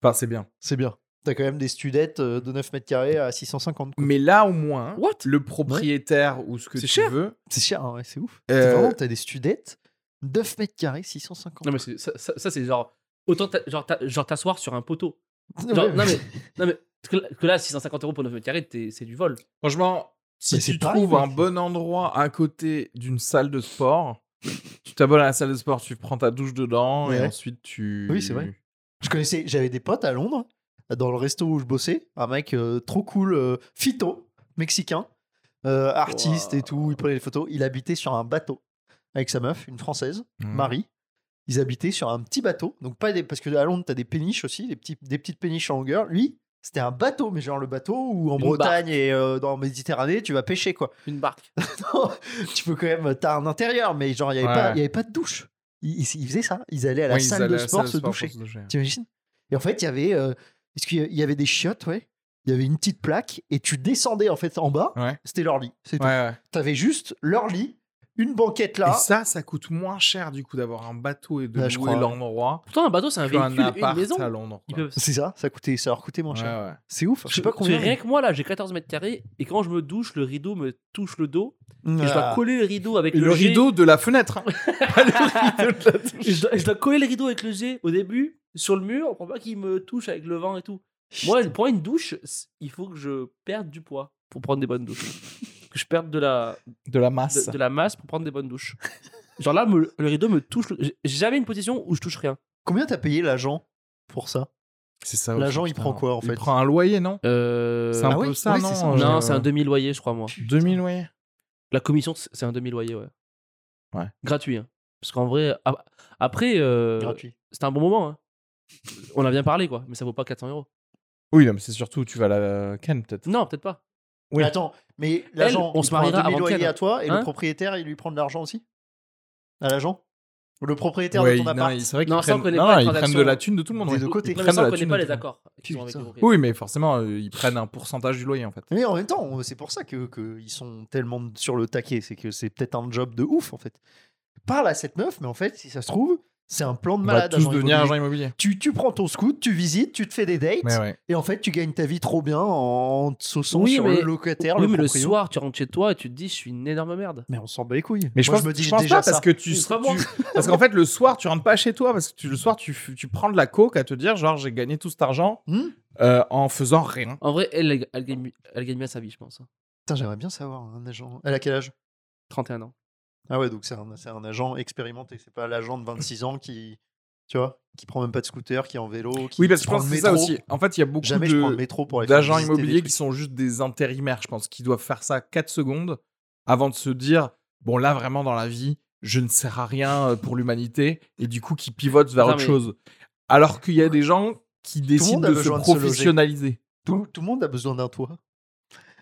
Speaker 1: Enfin, c'est bien.
Speaker 3: C'est bien. T'as quand même des studettes euh, de 9 mètres carrés à 650. quoi.
Speaker 1: Mais là, au moins,
Speaker 2: What
Speaker 1: le propriétaire ou ce que
Speaker 3: C'est
Speaker 1: tu
Speaker 3: cher.
Speaker 1: veux.
Speaker 3: C'est cher, hein, ouais, c'est ouf.
Speaker 1: Euh,
Speaker 3: T'as Vraiment, t'as des studettes, 9 mètres carrés, 650.
Speaker 2: Non, mais c'est- ça, ça- ça, c'est genre. Autant t'a- genre t'a- genre t'asseoir sur un poteau.
Speaker 3: Ouais,
Speaker 2: Genre,
Speaker 3: ouais.
Speaker 2: non, mais, non, mais parce que, là- que là, 650 euros pour 9 mètres carrés, t'es- c'est du vol.
Speaker 1: Franchement, si
Speaker 3: Mais c'est
Speaker 1: tu
Speaker 3: pareil,
Speaker 1: trouves un
Speaker 3: mec.
Speaker 1: bon endroit à côté d'une salle de sport, tu t'abonnes à la salle de sport, tu prends ta douche dedans et
Speaker 3: Ouais.
Speaker 1: ensuite tu.
Speaker 3: Oui, c'est vrai. Je connaissais, j'avais des potes à Londres, dans le resto où je bossais, un mec euh, trop cool, euh, Fito, mexicain. euh, artiste
Speaker 2: Wow.
Speaker 3: et tout, il prenait des photos. Il habitait sur un bateau avec sa meuf, une française,
Speaker 1: Mhm.
Speaker 3: Marie. Ils habitaient sur un petit bateau, donc pas des, parce que à Londres t'as des péniches aussi, des, petits, des petites péniches en longueur. Lui, c'était un bateau, mais genre le bateau où en
Speaker 2: Une
Speaker 3: Bretagne et euh, dans la Méditerranée tu vas pêcher quoi.
Speaker 2: Une barque.
Speaker 3: Non, tu peux quand même, euh, t'as un intérieur, mais genre il y avait
Speaker 1: Ouais.
Speaker 3: pas, il y avait pas de douche. Ils, ils- ils faisaient ça, ils allaient à la
Speaker 1: Ouais, ils
Speaker 3: salle
Speaker 1: allaient
Speaker 3: de
Speaker 1: à la
Speaker 3: sport
Speaker 1: salle
Speaker 3: se
Speaker 1: sport pour
Speaker 3: doucher.
Speaker 1: doucher.
Speaker 3: T'imagines Et en fait, il y avait. euh, Est-ce qu'il y a- il y avait des chiottes, ouais Il y avait une petite plaque et tu descendais en fait en bas,
Speaker 1: Ouais.
Speaker 3: c'était leur lit. C'est
Speaker 1: Ouais, ouais. Ah.
Speaker 3: tout. T'avais juste leur lit, une banquette là.
Speaker 1: Et ça, ça coûte moins cher du coup d'avoir un bateau et de
Speaker 3: Bah, je
Speaker 1: louer
Speaker 3: crois, ouais.
Speaker 1: l'endroit
Speaker 2: Pourtant, un bateau, c'est un
Speaker 1: qu'un
Speaker 2: véhicule, et une
Speaker 1: appart
Speaker 2: maison.
Speaker 1: à Londres.
Speaker 2: Ils
Speaker 1: quoi.
Speaker 2: peuvent.
Speaker 3: C'est ça, ça, coûtait, ça leur coûtait moins
Speaker 1: Ouais,
Speaker 3: cher.
Speaker 1: ouais.
Speaker 3: C'est ouf, je sais pas
Speaker 2: Parce que
Speaker 3: combien.
Speaker 2: Rien que moi, là, j'ai 14 mètres carrés, et quand je me douche, le rideau me touche le dos, et je dois
Speaker 3: Ah.
Speaker 2: coller le rideau avec
Speaker 1: Et
Speaker 2: le,
Speaker 1: le
Speaker 2: jet.
Speaker 1: rideau de la fenêtre. hein. Pas le rideau de la douche.
Speaker 2: Et je, dois, et je dois coller le rideau avec le jet au début, sur le mur, pour pas qu'il me touche avec le vent et tout. Moi, pour une douche, c- il faut que je perde du poids pour prendre des bonnes douches. que je perde de la,
Speaker 1: De la masse.
Speaker 2: de, de la masse pour prendre des bonnes douches. Genre là, me- le rideau me touche. le- J'ai j'ai jamais une position où je touche rien.
Speaker 3: Combien t'as payé l'agent pour ça
Speaker 1: C'est ça.
Speaker 3: L'agent,
Speaker 1: aussi,
Speaker 3: il
Speaker 1: putain.
Speaker 3: prend quoi, en fait
Speaker 1: Il prend un loyer, non
Speaker 2: Euh,
Speaker 1: C'est un
Speaker 3: ah
Speaker 1: peu
Speaker 3: oui,
Speaker 1: ça,
Speaker 3: oui,
Speaker 1: non
Speaker 3: c'est ça.
Speaker 1: euh,
Speaker 2: Non, c'est un demi-loyer, je crois, moi.
Speaker 1: 2000 loyers.
Speaker 2: La commission, c'est c'est un demi-loyer, ouais.
Speaker 1: Ouais.
Speaker 2: Gratuit. hein. Parce qu'en vrai, a- après, euh,
Speaker 3: Gratuit.
Speaker 2: c'était un bon moment. hein. On a bien parlé, quoi. Mais ça vaut pas 400 euros.
Speaker 1: Oui, non, mais c'est surtout tu vas à la Ken peut-être.
Speaker 2: Non, peut-être pas.
Speaker 1: Oui.
Speaker 3: Attends, mais l'agent,
Speaker 2: on
Speaker 3: il
Speaker 2: se
Speaker 3: prend un
Speaker 2: mariera avant
Speaker 3: demi-loyer
Speaker 2: qu'elle.
Speaker 3: à toi et
Speaker 2: Hein
Speaker 3: le propriétaire, il lui prend de l'argent aussi À l'agent Le propriétaire
Speaker 1: Ouais,
Speaker 3: de ton
Speaker 1: non,
Speaker 3: appart
Speaker 1: il- c'est vrai qu'ils
Speaker 2: Non, ça, on
Speaker 1: prennent-
Speaker 2: connaît
Speaker 1: non,
Speaker 2: pas les
Speaker 1: ils prennent
Speaker 2: transactions.
Speaker 1: de la thune de tout le monde.
Speaker 3: Des
Speaker 1: ouais.
Speaker 3: deux côtés.
Speaker 1: Ils
Speaker 2: Non,
Speaker 1: prennent
Speaker 2: mais
Speaker 1: de
Speaker 2: ça, on
Speaker 1: la
Speaker 2: connaît
Speaker 1: thune
Speaker 2: pas
Speaker 1: de
Speaker 2: les
Speaker 1: tout le monde.
Speaker 2: accords. qu'ils ont avec
Speaker 3: Putain.
Speaker 2: les brokers.
Speaker 1: Oui, mais forcément, euh, ils prennent un pourcentage du loyer en fait.
Speaker 3: Mais en même temps, on- c'est pour ça que que ils sont tellement sur le taquet, c'est que c'est peut-être un job de ouf en fait. Parle à cette meuf, mais en fait, si ça se trouve, c'est un plan de
Speaker 1: On
Speaker 3: malade.
Speaker 1: va tous
Speaker 3: agent
Speaker 1: devenir agent
Speaker 3: immobilier.
Speaker 1: immobilier.
Speaker 3: Tu, tu prends ton scoot, tu visites, tu te fais des dates,
Speaker 1: Mais ouais.
Speaker 3: et en fait, tu gagnes ta vie trop bien en te sauçant
Speaker 2: Oui,
Speaker 3: sur
Speaker 2: mais-
Speaker 3: le locataire,
Speaker 2: Oui,
Speaker 3: le
Speaker 2: mais le
Speaker 3: proprio.
Speaker 2: soir, tu rentres chez toi et tu te dis, je suis une énorme merde.
Speaker 3: Mais on s'en bat les couilles.
Speaker 1: Mais je
Speaker 3: Moi,
Speaker 1: pense,
Speaker 3: me dis
Speaker 1: je pense
Speaker 3: déjà
Speaker 1: pas
Speaker 3: ça.
Speaker 1: parce que tu,
Speaker 2: C'est pas moi.
Speaker 1: tu- parce qu'en fait le soir tu rentres pas chez toi parce que tu- le soir tu, f- tu prends de la coke à te dire genre j'ai gagné tout cet argent
Speaker 3: Hmm.
Speaker 1: euh, en faisant rien.
Speaker 2: En vrai, elle, elle, gagne, elle gagne bien sa vie, je pense. hein.
Speaker 3: Putain, j'aimerais bien savoir un agent. Elle a quel âge
Speaker 2: 31 ans.
Speaker 3: Ah ouais, donc c'est un, c'est un agent expérimenté. C'est pas l'agent de 26 ans qui, tu vois, qui prend même pas de scooter, qui est en vélo. Qui
Speaker 1: Oui parce que je
Speaker 3: prend
Speaker 1: pense
Speaker 3: le
Speaker 1: que c'est ça
Speaker 3: métro.
Speaker 1: aussi. En fait il y a beaucoup
Speaker 3: Jamais je prends le
Speaker 1: de,
Speaker 3: métro pour aller faire
Speaker 1: d'agents
Speaker 3: visiter des
Speaker 1: immobiliers
Speaker 3: trucs.
Speaker 1: qui sont juste des intérimaires je pense qui doivent faire ça 4 secondes avant de se dire bon là vraiment dans la vie je ne sers à rien euh, pour l'humanité et du coup qui pivotent vers
Speaker 2: Non,
Speaker 1: autre
Speaker 2: mais-
Speaker 1: chose. Alors qu'il y a des gens qui décident
Speaker 3: monde a
Speaker 1: de se
Speaker 3: besoin de se loger.
Speaker 1: professionnaliser.
Speaker 3: Tout, tout le monde a besoin d'un toit.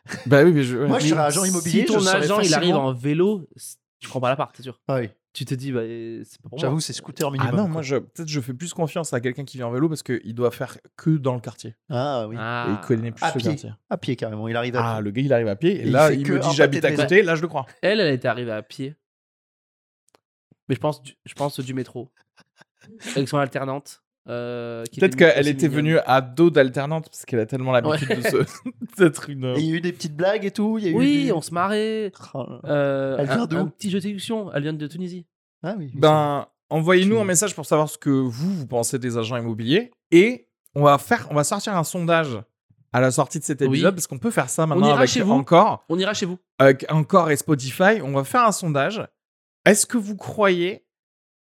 Speaker 1: bah oui mais je, ouais.
Speaker 3: Moi, je
Speaker 2: Mais
Speaker 3: serais agent immobilier.
Speaker 2: Si ton
Speaker 3: je serais
Speaker 2: agent il
Speaker 3: facilement-
Speaker 2: arrive en vélo, c- tu prends pas l'appart, c'est sûr.
Speaker 3: Ah oui,
Speaker 2: Tu te dis, bah, euh, c'est pas pour moi.
Speaker 3: j'avoue, c'est scooter minimum.
Speaker 1: Ah non,
Speaker 3: quoi.
Speaker 1: moi je- peut-être je fais plus confiance à quelqu'un qui vient en vélo parce qu'il doit faire que dans le quartier.
Speaker 3: Ah oui,
Speaker 2: Ah.
Speaker 1: Et il connaît plus
Speaker 3: À
Speaker 1: ce
Speaker 3: pied.
Speaker 1: quartier.
Speaker 3: à pied carrément. Il arrive à.
Speaker 1: Ah, le gars il arrive à pied et,
Speaker 3: Et il
Speaker 1: là
Speaker 3: fait
Speaker 1: il
Speaker 3: que
Speaker 1: me
Speaker 3: un
Speaker 1: dit j'habite
Speaker 3: pâté
Speaker 1: à
Speaker 3: de
Speaker 1: côté, là je le crois.
Speaker 2: Elle, elle était arrivée à pied. Mais je pense, du- je pense du métro. Avec son alternante. euh, qui
Speaker 1: Peut-être
Speaker 2: était
Speaker 1: qu'elle
Speaker 2: aussi
Speaker 1: était
Speaker 2: mignonne.
Speaker 1: venue à dos d'alternante parce qu'elle a tellement l'habitude
Speaker 2: Ouais.
Speaker 1: de se- d'être une.
Speaker 3: Et il y a eu des petites blagues et tout. Il y a eu
Speaker 2: Oui,
Speaker 3: du-
Speaker 2: on se marrait.
Speaker 3: Oh là là.
Speaker 2: Euh,
Speaker 3: Elle
Speaker 2: un-
Speaker 3: vient d'où
Speaker 2: Un petit jeu de séduction. Elle vient de Tunisie.
Speaker 3: Ah oui. oui,
Speaker 1: Ben, envoyez-nous
Speaker 3: Tu-
Speaker 1: un message pour savoir ce que vous, vous pensez des agents immobiliers et on va, faire, on va sortir un sondage à la sortie de cet
Speaker 2: Oui.
Speaker 1: épisode parce qu'on peut faire ça maintenant
Speaker 2: ira
Speaker 1: avec
Speaker 2: chez vous.
Speaker 1: encore.
Speaker 2: On ira chez vous.
Speaker 1: avec Encore et Spotify, on va faire un sondage. Est-ce que vous croyez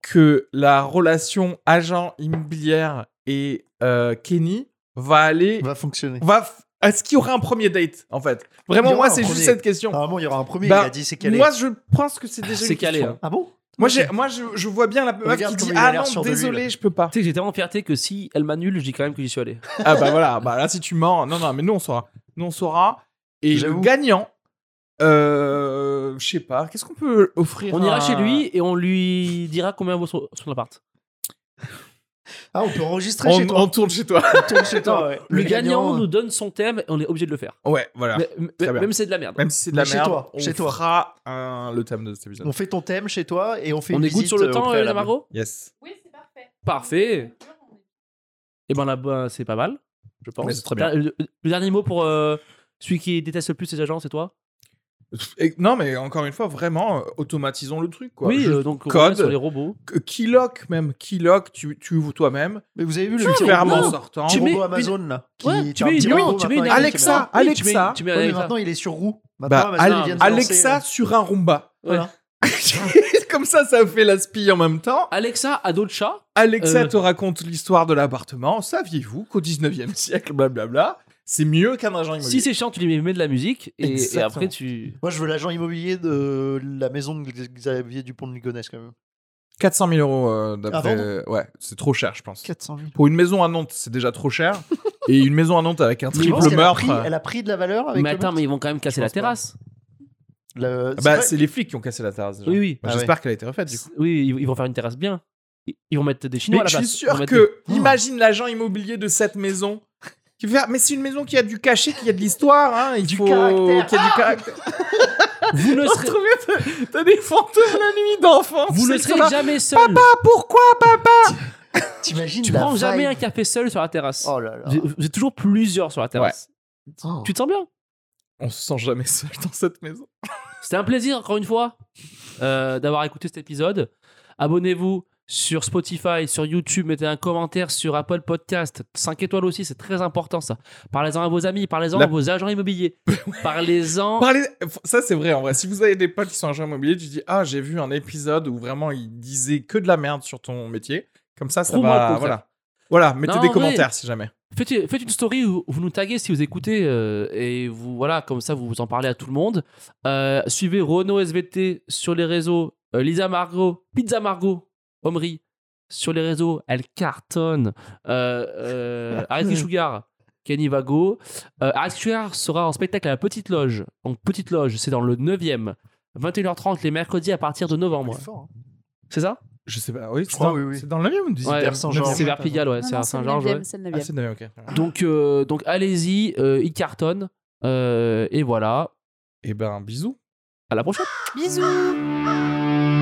Speaker 1: que la relation agent immobilière et euh, Kenny va aller
Speaker 3: ça Va fonctionner.
Speaker 1: va f- est-ce qu'il y aura un premier date en fait Vraiment
Speaker 3: Il y
Speaker 1: moi
Speaker 3: aura un
Speaker 1: c'est juste
Speaker 3: premier.
Speaker 1: cette question.
Speaker 3: Normalement, il y aura un premier.
Speaker 1: Ben,
Speaker 3: il a dit c'est calé.
Speaker 1: Moi je pense que c'est déjà
Speaker 2: C'est
Speaker 1: une
Speaker 2: calé,
Speaker 1: question.
Speaker 2: hein.
Speaker 3: Ah bon
Speaker 1: Moi j'ai moi je, je vois bien la meuf
Speaker 3: Regarde
Speaker 1: qui dit
Speaker 3: comment il a
Speaker 1: ah
Speaker 3: l'air
Speaker 1: non
Speaker 3: sûr de lui,
Speaker 1: désolé
Speaker 3: là.
Speaker 1: je peux pas.
Speaker 2: Tu sais que j'étais vraiment fierté que si elle m'annule, je dis quand même que j'y suis allé.
Speaker 1: ah bah voilà bah là si tu mens non non mais nous on saura nous on saura et le
Speaker 3: J'avoue.
Speaker 1: gagnant euh, je sais pas qu'est-ce qu'on peut offrir
Speaker 2: On ira
Speaker 1: à-
Speaker 2: chez lui et on lui dira combien vaut son, son appart.
Speaker 3: Ah, on peut enregistrer
Speaker 1: on,
Speaker 3: chez toi.
Speaker 1: on tourne chez toi.
Speaker 3: On tourne chez toi. ouais.
Speaker 2: Le, gagnant,
Speaker 3: euh.
Speaker 2: nous donne son thème et on est obligé de le faire.
Speaker 1: Ouais, voilà.
Speaker 2: Mais- mais-
Speaker 1: Ah. très bien.
Speaker 2: même si c'est de la merde.
Speaker 1: Même si c'est de la
Speaker 3: Mais chez
Speaker 1: merde,
Speaker 3: toi,
Speaker 1: on
Speaker 3: chez toi.
Speaker 1: fera un- le thème de cet épisode.
Speaker 3: On fait ton thème chez toi et on fait.
Speaker 2: on
Speaker 3: une
Speaker 2: écoute
Speaker 3: visite,
Speaker 2: sur le
Speaker 3: euh, au
Speaker 2: temps, euh,
Speaker 3: préalable.
Speaker 2: Lamaro
Speaker 1: Yes.
Speaker 5: Oui, c'est parfait.
Speaker 2: Parfait. Et ben là-bas, c'est pas mal, je pense.
Speaker 1: Mais c'est très bien.
Speaker 2: Le, le dernier mot pour euh, celui qui déteste le plus les agents, c'est toi
Speaker 1: Et- non, mais encore une fois, vraiment, euh, automatisons le truc, quoi.
Speaker 2: Oui,
Speaker 1: Je-
Speaker 2: euh, donc on
Speaker 1: code.
Speaker 2: revient sur les robots.
Speaker 1: que- Key lock, même. Key lock, tu, tu ouvres toi-même.
Speaker 3: Mais vous avez vu
Speaker 1: Tu
Speaker 3: le petit
Speaker 1: fermes
Speaker 3: robot
Speaker 1: en
Speaker 2: non.
Speaker 1: sortant.
Speaker 3: Tu
Speaker 2: Tu mets
Speaker 3: mets
Speaker 2: une-
Speaker 3: hein, Amazon là. qui-
Speaker 2: Ouais, tu
Speaker 3: un
Speaker 2: mets
Speaker 3: petit
Speaker 2: une-
Speaker 3: robot
Speaker 2: non, tu mets
Speaker 3: maintenant
Speaker 2: une
Speaker 3: avec
Speaker 1: Alexa.
Speaker 3: caméra.
Speaker 2: Oui, tu
Speaker 1: Alexa.
Speaker 2: mets- tu mets
Speaker 3: Ouais, mais
Speaker 2: Alexa.
Speaker 3: maintenant il est sur roue.
Speaker 1: Bah,
Speaker 3: Maintenant,
Speaker 1: Ale-
Speaker 3: Amazon, il vient de
Speaker 1: Alexa
Speaker 3: lancer,
Speaker 1: sur un Roomba.
Speaker 3: euh, voilà.
Speaker 1: Comme ça, ça fait la spille en même temps.
Speaker 2: Alexa a d'autres chats.
Speaker 1: Alexa
Speaker 2: Euh.
Speaker 1: te raconte l'histoire de l'appartement. Saviez-vous qu'au 19e siècle, blablabla, C'est mieux qu'un agent immobilier.
Speaker 2: Si c'est chiant, tu lui mets de la musique et, et
Speaker 1: Exactement.
Speaker 2: après tu.
Speaker 3: Moi, je veux l'agent immobilier de la maison de Xavier Dupont de Ligonnès, quand même.
Speaker 1: 400 000 euros euh,
Speaker 3: Ah,
Speaker 1: d'après. ouais, c'est trop cher, je pense.
Speaker 3: 400 000.
Speaker 1: Pour une maison à Nantes, c'est déjà trop cher. et une maison à Nantes avec un
Speaker 2: Mais
Speaker 1: triple
Speaker 2: bon,
Speaker 3: elle, a
Speaker 1: meurtre. euh. bah,
Speaker 3: pris, elle a pris de la valeur avec
Speaker 2: Mais
Speaker 3: le
Speaker 2: attends,
Speaker 3: meurtre
Speaker 2: mais ils vont quand même casser
Speaker 1: Je
Speaker 2: la
Speaker 1: pense pas.
Speaker 2: terrasse.
Speaker 3: Le- c'est
Speaker 1: Bah,
Speaker 3: vrai.
Speaker 1: c'est les flics qui ont cassé la terrasse. déjà.
Speaker 2: Oui, oui.
Speaker 1: Bah,
Speaker 3: Ah
Speaker 1: J'espère qu'elle a été refaite, du coup.
Speaker 2: Oui, ils- ils vont faire une terrasse bien. Ils- Ils vont mettre des
Speaker 1: Mais
Speaker 2: Chinois à la
Speaker 1: je suis
Speaker 2: place. Ils vont
Speaker 1: sûr
Speaker 2: mettre
Speaker 1: que,
Speaker 3: des-
Speaker 1: imagine l'agent immobilier de cette maison. Qui va faire, mais c'est une maison qui a du cachet, qui a de l'histoire, hein, il
Speaker 3: Du
Speaker 1: faut-
Speaker 3: caractère.
Speaker 1: qui a du
Speaker 2: Ah,
Speaker 1: caractère.
Speaker 2: des- Vous ne serez,
Speaker 1: Trouver- t'as- T'as des fantômes la nuit d'enfance.
Speaker 2: vous ne
Speaker 1: c'est
Speaker 2: serez
Speaker 1: ça.
Speaker 2: jamais seul.
Speaker 1: Ah, pourquoi
Speaker 3: T'imagines
Speaker 2: Tu
Speaker 3: la
Speaker 2: prends
Speaker 3: vibe.
Speaker 2: jamais un café seul sur la terrasse.
Speaker 3: Oh là là.
Speaker 2: J'ai j'ai toujours plusieurs sur la terrasse.
Speaker 3: Oh.
Speaker 2: Tu te sens bien
Speaker 1: On se sent jamais seul dans cette maison.
Speaker 2: C'était un plaisir, encore une fois, euh, d'avoir écouté cet épisode. Abonnez-vous sur Spotify, sur YouTube, mettez un commentaire sur Apple Podcast. 5 étoiles aussi, c'est très important ça. Parlez-en à vos amis, parlez-en
Speaker 1: La-
Speaker 2: à vos agents immobiliers. Parlez-en.
Speaker 1: Parlez- Ça, c'est vrai en vrai. Si vous avez des potes qui sont agents immobiliers, tu dis Ah, j'ai vu un épisode où vraiment il disait que de la merde sur ton métier. Comme ça, ça
Speaker 2: Prouve-moi le
Speaker 1: va.
Speaker 2: contraire.
Speaker 1: Voilà. voilà, mettez
Speaker 2: Non,
Speaker 1: des
Speaker 2: en vrai.
Speaker 1: commentaires si jamais.
Speaker 2: Faites, faites une story où vous nous taguez si vous écoutez euh, et vous voilà comme ça vous vous en parlez à tout le monde. Euh, suivez Renault SVT sur les réseaux, euh, Lisa Margot, Pizza Margot, Omri sur les réseaux, elle cartonne. Euh, euh, Arrêtez Sugar, Kenny Vago. Euh, Arrêtez Sugar sera en spectacle à la Petite Loge. Donc Petite Loge, c'est dans le 9e, 21h30 les mercredis à partir de novembre.
Speaker 3: C'est fort, hein.
Speaker 2: C'est ça
Speaker 1: Je sais pas, oui, c'est
Speaker 3: crois,
Speaker 1: dans,
Speaker 3: oui, oui.
Speaker 1: c'est dans le 9 ou le 18
Speaker 2: Ouais,
Speaker 3: Saint-Georges.
Speaker 2: c'est vers Pigalle, ouais, c'est à Saint-Georges. ouais.
Speaker 5: C'est le
Speaker 1: Ah,
Speaker 5: 9
Speaker 1: c'est le 9 ok.
Speaker 2: Donc, euh, donc allez-y, euh, il cartonne. Euh, et voilà,
Speaker 1: Et ben, bisous.
Speaker 2: à la prochaine.
Speaker 5: Bisous